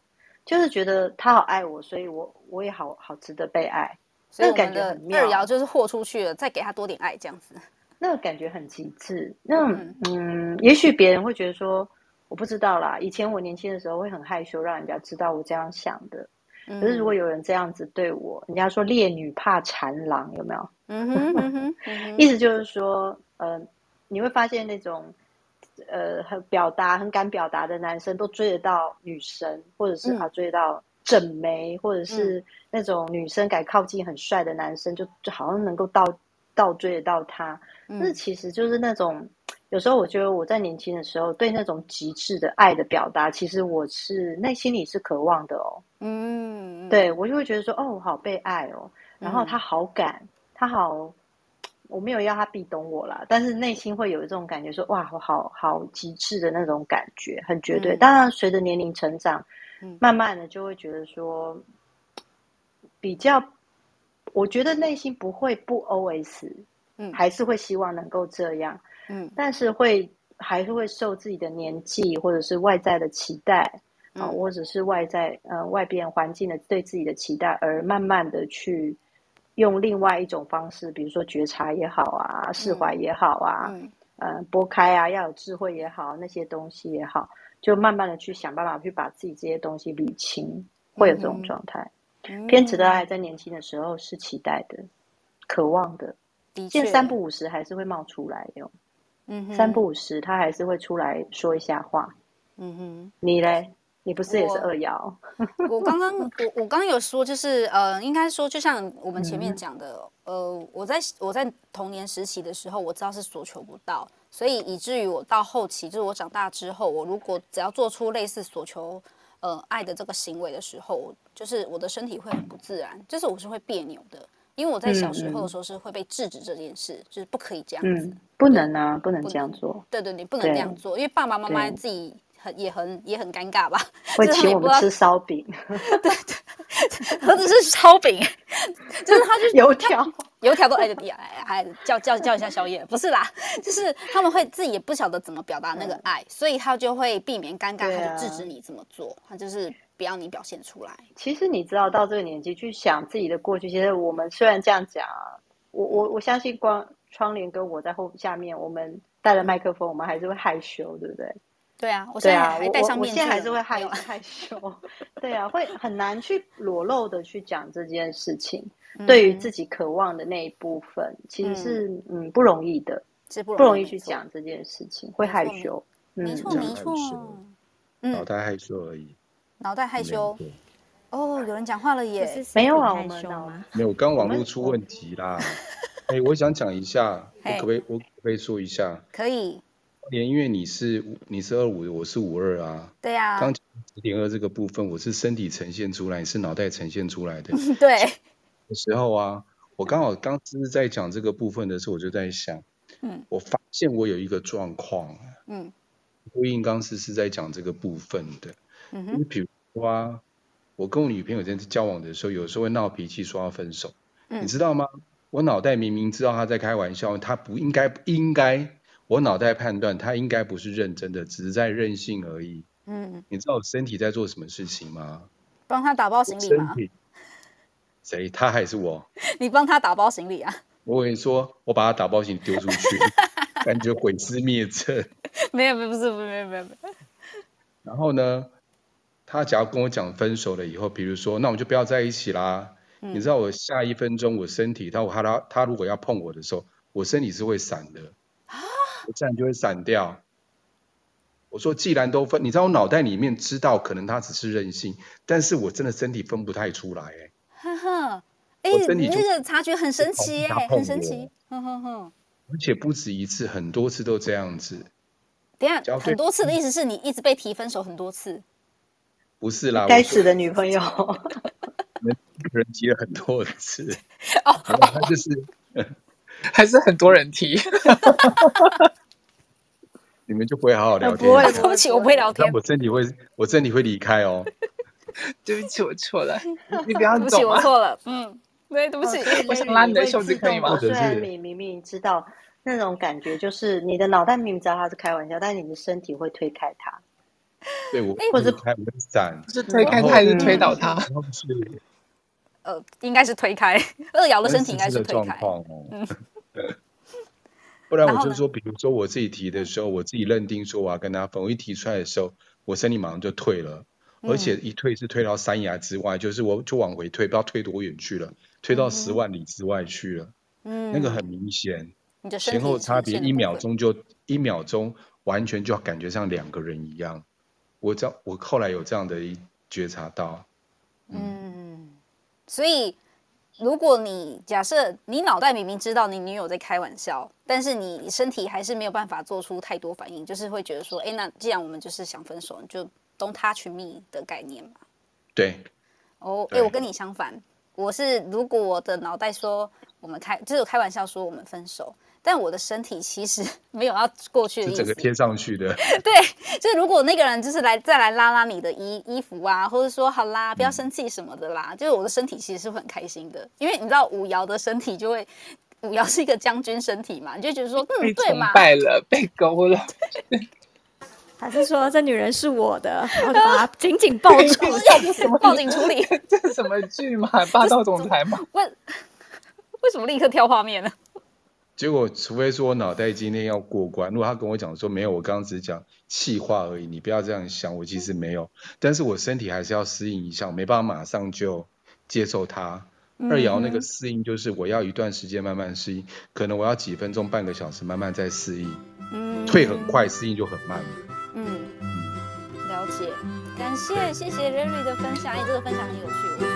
[SPEAKER 1] 就是觉得他好爱我，所以我我也好好值得被爱，
[SPEAKER 4] 所以
[SPEAKER 1] 那
[SPEAKER 4] 我
[SPEAKER 1] 感
[SPEAKER 4] 们
[SPEAKER 1] 觉
[SPEAKER 4] 的
[SPEAKER 1] 很妙
[SPEAKER 4] 二爻就是豁出去了，再给他多点爱这样子。
[SPEAKER 1] 那个感觉很极致。那种嗯，也许别人会觉得说，我不知道啦。以前我年轻的时候会很害羞，让人家知道我这样想的。可是如
[SPEAKER 4] 嗯
[SPEAKER 1] 果有人这样子对我，人家说烈女怕缠郎，有没有？
[SPEAKER 4] 嗯哼嗯哼嗯 哼，
[SPEAKER 1] 意思就是说，呃，你会发现那种，呃，很表达、很敢表达的男生，都追得到女神，或者是、
[SPEAKER 4] 嗯
[SPEAKER 1] 啊追得到正妹，或者是那种女生敢靠近很帅的男生，就就好像能够倒倒追得到他。但是
[SPEAKER 4] 嗯
[SPEAKER 1] 其实就是那种，有时候我觉得我在年轻的时候，对那种极致的爱的表达，其实我是内心里是渴望的哦。
[SPEAKER 4] 嗯，嗯，
[SPEAKER 1] 对我就会觉得说，哦，我好被爱哦，然后他好敢，他好，我没有要他壁咚我啦，但是内心会有一种感觉说，哇，我好好极致的那种感觉，很绝对。
[SPEAKER 4] 嗯
[SPEAKER 1] 当然，随着年龄成长
[SPEAKER 4] 嗯，
[SPEAKER 1] 慢慢的就会觉得说，比较，我觉得内心不会不 OS，
[SPEAKER 4] 嗯
[SPEAKER 1] 还是会希望能够这样，
[SPEAKER 4] 嗯
[SPEAKER 1] 但是会还是会受自己的年纪或者是外在的期待。啊，
[SPEAKER 4] 嗯
[SPEAKER 1] 或者是外在呃外边环境的对自己的期待，而慢慢的去用另外一种方式，比如说觉察也好啊，释怀也好啊，
[SPEAKER 4] 嗯
[SPEAKER 1] 呃，拨开啊，要有智慧也好，那些东西也好，就慢慢的去想办法去把自己这些东西理清，会有这种状态。
[SPEAKER 4] 嗯，
[SPEAKER 1] 偏执的爱在年轻的时候是期待的、渴望的，
[SPEAKER 4] 的
[SPEAKER 1] 见
[SPEAKER 4] 确
[SPEAKER 1] 三不五时还是会冒出来哟，
[SPEAKER 4] 嗯哼
[SPEAKER 1] 三不五时他还是会出来说一下话。
[SPEAKER 4] 嗯哼。
[SPEAKER 1] 你嘞？你不是也是
[SPEAKER 4] 我
[SPEAKER 1] 二爻？
[SPEAKER 4] 我刚刚我我刚刚有说，就是呃，应该说，就像我们前面
[SPEAKER 1] 嗯
[SPEAKER 4] 讲的，呃，我在我在童年时期的时候，我知道是所求不到，所以以至于我到后期，就是我长大之后，我如果只要做出类似所求呃爱的这个行为的时候，我就是我的身体会很不自然，就是我是会别扭的，因为我在小时候的时候是会被制止这件事，就是不可以这样子。
[SPEAKER 1] 嗯，不能啊，不能
[SPEAKER 4] 不
[SPEAKER 1] 这样
[SPEAKER 4] 能
[SPEAKER 1] 做，
[SPEAKER 4] 对对，你不能这样
[SPEAKER 1] 对
[SPEAKER 4] 做，因为爸爸妈妈
[SPEAKER 1] 对
[SPEAKER 4] 自己很也很也很尴尬吧，
[SPEAKER 1] 会
[SPEAKER 4] 就是他
[SPEAKER 1] 请
[SPEAKER 4] 们也
[SPEAKER 1] 我
[SPEAKER 4] 不
[SPEAKER 1] 们
[SPEAKER 4] 知道
[SPEAKER 1] 吃烧 饼、
[SPEAKER 4] 何止是烧饼， 就是他就
[SPEAKER 1] 油条。
[SPEAKER 4] 油条都哎哎哎哎叫叫叫一下宵夜，不是 啦，就是他们会自己也不晓得怎么表达那个爱，所以他就会避免尴尬，
[SPEAKER 1] 对
[SPEAKER 4] 他
[SPEAKER 1] 啊
[SPEAKER 4] 就制止你这么做，他就是不要你表现出来。
[SPEAKER 1] 其实你知道，到这个年纪去想自己的过去，其实我们虽然这样讲啊，我我我相信光窗帘跟我在后下面，我们带了麦克风，我们还是会害羞，对不对？
[SPEAKER 4] 对啊，我现
[SPEAKER 1] 对
[SPEAKER 4] 在
[SPEAKER 1] 啊，
[SPEAKER 4] 还
[SPEAKER 1] 我
[SPEAKER 4] 戴
[SPEAKER 1] 我
[SPEAKER 4] 上
[SPEAKER 1] 我
[SPEAKER 4] 面
[SPEAKER 1] 现
[SPEAKER 4] 具
[SPEAKER 1] 在
[SPEAKER 4] 了，
[SPEAKER 1] 还是会
[SPEAKER 4] 没
[SPEAKER 1] 害
[SPEAKER 4] 有啊
[SPEAKER 1] 害羞， 对啊，会很难去裸露的去讲这件事情。
[SPEAKER 4] 嗯
[SPEAKER 1] 对于自己渴望的那一部分，其实是嗯不容易的，
[SPEAKER 4] 是不
[SPEAKER 1] 不容
[SPEAKER 4] 易
[SPEAKER 1] 易
[SPEAKER 4] 没
[SPEAKER 1] 去
[SPEAKER 4] 错
[SPEAKER 1] 讲这件事情，会
[SPEAKER 4] 没
[SPEAKER 1] 害
[SPEAKER 4] 错没
[SPEAKER 1] 羞。嗯嗯
[SPEAKER 4] 没错没
[SPEAKER 8] 讲害
[SPEAKER 4] 错
[SPEAKER 8] 羞，，脑
[SPEAKER 4] 嗯，
[SPEAKER 8] 袋害羞而已，
[SPEAKER 4] 脑袋害
[SPEAKER 8] 没有
[SPEAKER 4] 羞
[SPEAKER 8] 错。
[SPEAKER 4] 哦，有人讲话了
[SPEAKER 5] 不是
[SPEAKER 4] 耶，
[SPEAKER 1] 没
[SPEAKER 5] 谁
[SPEAKER 1] 有
[SPEAKER 5] 比
[SPEAKER 1] 啊，我
[SPEAKER 5] 害
[SPEAKER 1] 们
[SPEAKER 5] 羞
[SPEAKER 1] 脑
[SPEAKER 5] 吗？
[SPEAKER 8] 没有，刚
[SPEAKER 1] 我
[SPEAKER 8] 网络
[SPEAKER 1] 们
[SPEAKER 8] 出
[SPEAKER 1] 我
[SPEAKER 8] 问题啦。哎、我想讲一下，我可
[SPEAKER 4] 嘿
[SPEAKER 8] 不可以，我可不可以说一下？
[SPEAKER 4] 可以，
[SPEAKER 8] 连因为你是五你是二五，我是五二啊。
[SPEAKER 4] 对
[SPEAKER 8] 刚
[SPEAKER 4] 呀，
[SPEAKER 8] 十点二这个部分，我是身体呈现出来，你是脑袋呈现出 来的。
[SPEAKER 4] 对，
[SPEAKER 8] 的时候啊，我刚好刚只是在讲这个部分的时候，我就在想，
[SPEAKER 4] 嗯，
[SPEAKER 8] 我发现我有一个状况啊，
[SPEAKER 4] 嗯
[SPEAKER 8] 呼应刚是是在讲这个部分的，
[SPEAKER 4] 嗯
[SPEAKER 8] 就
[SPEAKER 4] 哼
[SPEAKER 8] 是比如说啊，我跟我女朋友在交往的时候，有时候会闹脾气，说要分手，你
[SPEAKER 4] 嗯
[SPEAKER 8] 知道吗？我脑袋明明知道她在开玩笑，她不应该应该，我脑袋判断她应该不是认真的，只是在任性而已。
[SPEAKER 4] 嗯，
[SPEAKER 8] 你知道我身体在做什么事情吗？
[SPEAKER 4] 帮他打包
[SPEAKER 8] 我
[SPEAKER 4] 行李
[SPEAKER 8] 身
[SPEAKER 4] 吗？
[SPEAKER 8] 体， 谁？她还是我？
[SPEAKER 4] 你帮他打包行李啊？
[SPEAKER 8] 我跟你说，我把他打包行李丢出去，感觉毁尸灭迹。
[SPEAKER 4] 没有，没有，不是，没有，没有，没有。
[SPEAKER 8] 然后呢，他只要跟我讲分手了以后，比如说，那我们就不要在一起啦。你
[SPEAKER 4] 嗯
[SPEAKER 8] 知道我下一分钟我身体，他我他他他如果要碰
[SPEAKER 7] 啊
[SPEAKER 8] 我的时候，我身体是会闪的，我自然就会闪掉。我说既然都分，你知道我脑袋里面知道可能他只是任性，但是我真的身体分不太出来、欸，
[SPEAKER 4] 哈哈，哎、
[SPEAKER 8] 我身
[SPEAKER 4] 你
[SPEAKER 8] 体
[SPEAKER 4] 这
[SPEAKER 8] 就
[SPEAKER 4] 个察觉很神
[SPEAKER 8] 同
[SPEAKER 4] 奇
[SPEAKER 8] 他
[SPEAKER 4] 哎、
[SPEAKER 8] 碰
[SPEAKER 4] 很神
[SPEAKER 8] 我
[SPEAKER 4] 奇，哼哼哼。
[SPEAKER 8] 而且不止一次，很多次都这样子。
[SPEAKER 4] 等一下
[SPEAKER 8] 交
[SPEAKER 4] 很
[SPEAKER 8] 对
[SPEAKER 4] 多次的意思是你一直被提分手很多次，
[SPEAKER 8] 不是啦，
[SPEAKER 7] 该
[SPEAKER 8] 我
[SPEAKER 7] 死
[SPEAKER 8] 说
[SPEAKER 7] 的女朋友，
[SPEAKER 8] 我们一个人提了很多 次，
[SPEAKER 4] 哦
[SPEAKER 8] 没有，他就是
[SPEAKER 6] 还是很多人提。
[SPEAKER 8] 你们就不会好好聊
[SPEAKER 7] 不会
[SPEAKER 8] 天。
[SPEAKER 4] 对不起，我不会聊
[SPEAKER 8] 但
[SPEAKER 4] 天，
[SPEAKER 8] 我身体会，我身体会离开哦。
[SPEAKER 6] 对不起，我 错了，你你不要
[SPEAKER 4] 对不起，
[SPEAKER 6] 走
[SPEAKER 4] 我
[SPEAKER 6] 啊！
[SPEAKER 4] 错了，嗯，对，对不
[SPEAKER 7] 哦
[SPEAKER 4] 起，
[SPEAKER 6] 我想拉你的袖子
[SPEAKER 7] 自
[SPEAKER 6] 可以
[SPEAKER 7] 动
[SPEAKER 6] 吗
[SPEAKER 8] 或者
[SPEAKER 7] 虽然
[SPEAKER 8] 是
[SPEAKER 7] 你明明知道那种感觉，就是你的脑袋明明知道他是开玩笑，但你的身体会推开他，
[SPEAKER 8] 对
[SPEAKER 4] 哎
[SPEAKER 8] 我
[SPEAKER 7] 或
[SPEAKER 8] 离
[SPEAKER 7] 者
[SPEAKER 8] 开，我会 闪，
[SPEAKER 6] 不是推开
[SPEAKER 8] 然后
[SPEAKER 6] 他，还是推倒
[SPEAKER 7] 嗯，
[SPEAKER 6] 他？
[SPEAKER 8] 然后是
[SPEAKER 4] 呃，应该是推开 二瑶的
[SPEAKER 8] 三
[SPEAKER 4] 身体，
[SPEAKER 8] 四
[SPEAKER 4] 应该
[SPEAKER 8] 次
[SPEAKER 4] 是
[SPEAKER 8] 的
[SPEAKER 4] 推
[SPEAKER 8] 状
[SPEAKER 4] 开，
[SPEAKER 8] 况哦。
[SPEAKER 4] 嗯，
[SPEAKER 8] 不然
[SPEAKER 4] 然
[SPEAKER 8] 我
[SPEAKER 4] 后
[SPEAKER 8] 就
[SPEAKER 4] 呢？
[SPEAKER 8] 说，比如说我自己提的时候，我自己认定说我要跟他分，我一提出来的时候，我身体马上就退了，而且
[SPEAKER 4] 嗯
[SPEAKER 8] 一退是退到山崖之外，就是我就往回退，不知道退多远去了，退到
[SPEAKER 4] 嗯
[SPEAKER 8] 十
[SPEAKER 4] 哼，
[SPEAKER 8] 万里之外去了，那个很
[SPEAKER 4] 嗯，
[SPEAKER 8] 明显，
[SPEAKER 4] 你的身
[SPEAKER 8] 前
[SPEAKER 4] 体
[SPEAKER 8] 后差
[SPEAKER 4] 呈
[SPEAKER 8] 别
[SPEAKER 4] 现的
[SPEAKER 8] 一
[SPEAKER 4] 部
[SPEAKER 8] 秒
[SPEAKER 4] 分，
[SPEAKER 8] 钟就一秒钟，完全就感觉像两个人一样。我这样，我后来有这样的一觉察到，嗯，
[SPEAKER 4] 嗯，所以如果你假设你脑袋明明知道你女友在开玩笑，但是你身体还是没有办法做出太多反应，就是会觉得说，哎、那既然我们就是想分手，你就 don't touch me 的概念嘛。
[SPEAKER 8] 对
[SPEAKER 4] 哦，哎、我
[SPEAKER 8] 对，
[SPEAKER 4] 跟你相反，我是如果我的脑袋说我们开，就是开玩笑说我们分手，但我的身体其实没有要过去的
[SPEAKER 8] 是
[SPEAKER 4] 意
[SPEAKER 8] 整个
[SPEAKER 4] 思。
[SPEAKER 8] 贴上去的，
[SPEAKER 4] 对，就是如果那个人就是来再来拉拉你的衣衣服啊，或者说好啦，不要
[SPEAKER 8] 嗯，
[SPEAKER 4] 生气什么的啦，就是我的身体其实是会很开心的，因为你知道五爻的身体就会，五爻是一个将军身体嘛，你就觉得说嗯
[SPEAKER 6] 被
[SPEAKER 4] 对
[SPEAKER 6] 崇
[SPEAKER 4] 嘛，
[SPEAKER 6] 拜了，被勾了，
[SPEAKER 5] 还是说这女人是我的，然后 就把她紧紧抱住，
[SPEAKER 6] 这是什么？
[SPEAKER 4] 报警处理，
[SPEAKER 6] 这是什么剧嘛？霸道总裁嘛？
[SPEAKER 4] 问为什么立刻跳画面呢？
[SPEAKER 8] 结果除非说我脑袋今天要过关，如果他跟我讲说没有，我刚刚只是讲气话而已，你不要这样想，我其实没有，但是我身体还是要适应一下，我没办法马上就接受它。 二
[SPEAKER 4] 嗯
[SPEAKER 8] 爻那个
[SPEAKER 4] 哼，
[SPEAKER 8] 适应就是我要一段时间慢慢适应，可能我要几分钟、半个小时慢慢再适应，退很快，
[SPEAKER 4] 嗯
[SPEAKER 8] 适应就很慢了。
[SPEAKER 4] 嗯，
[SPEAKER 8] 嗯，
[SPEAKER 4] 了解，感
[SPEAKER 8] 对。
[SPEAKER 4] 谢谢谢 Rary 的分享，哎，这个分享很有趣，我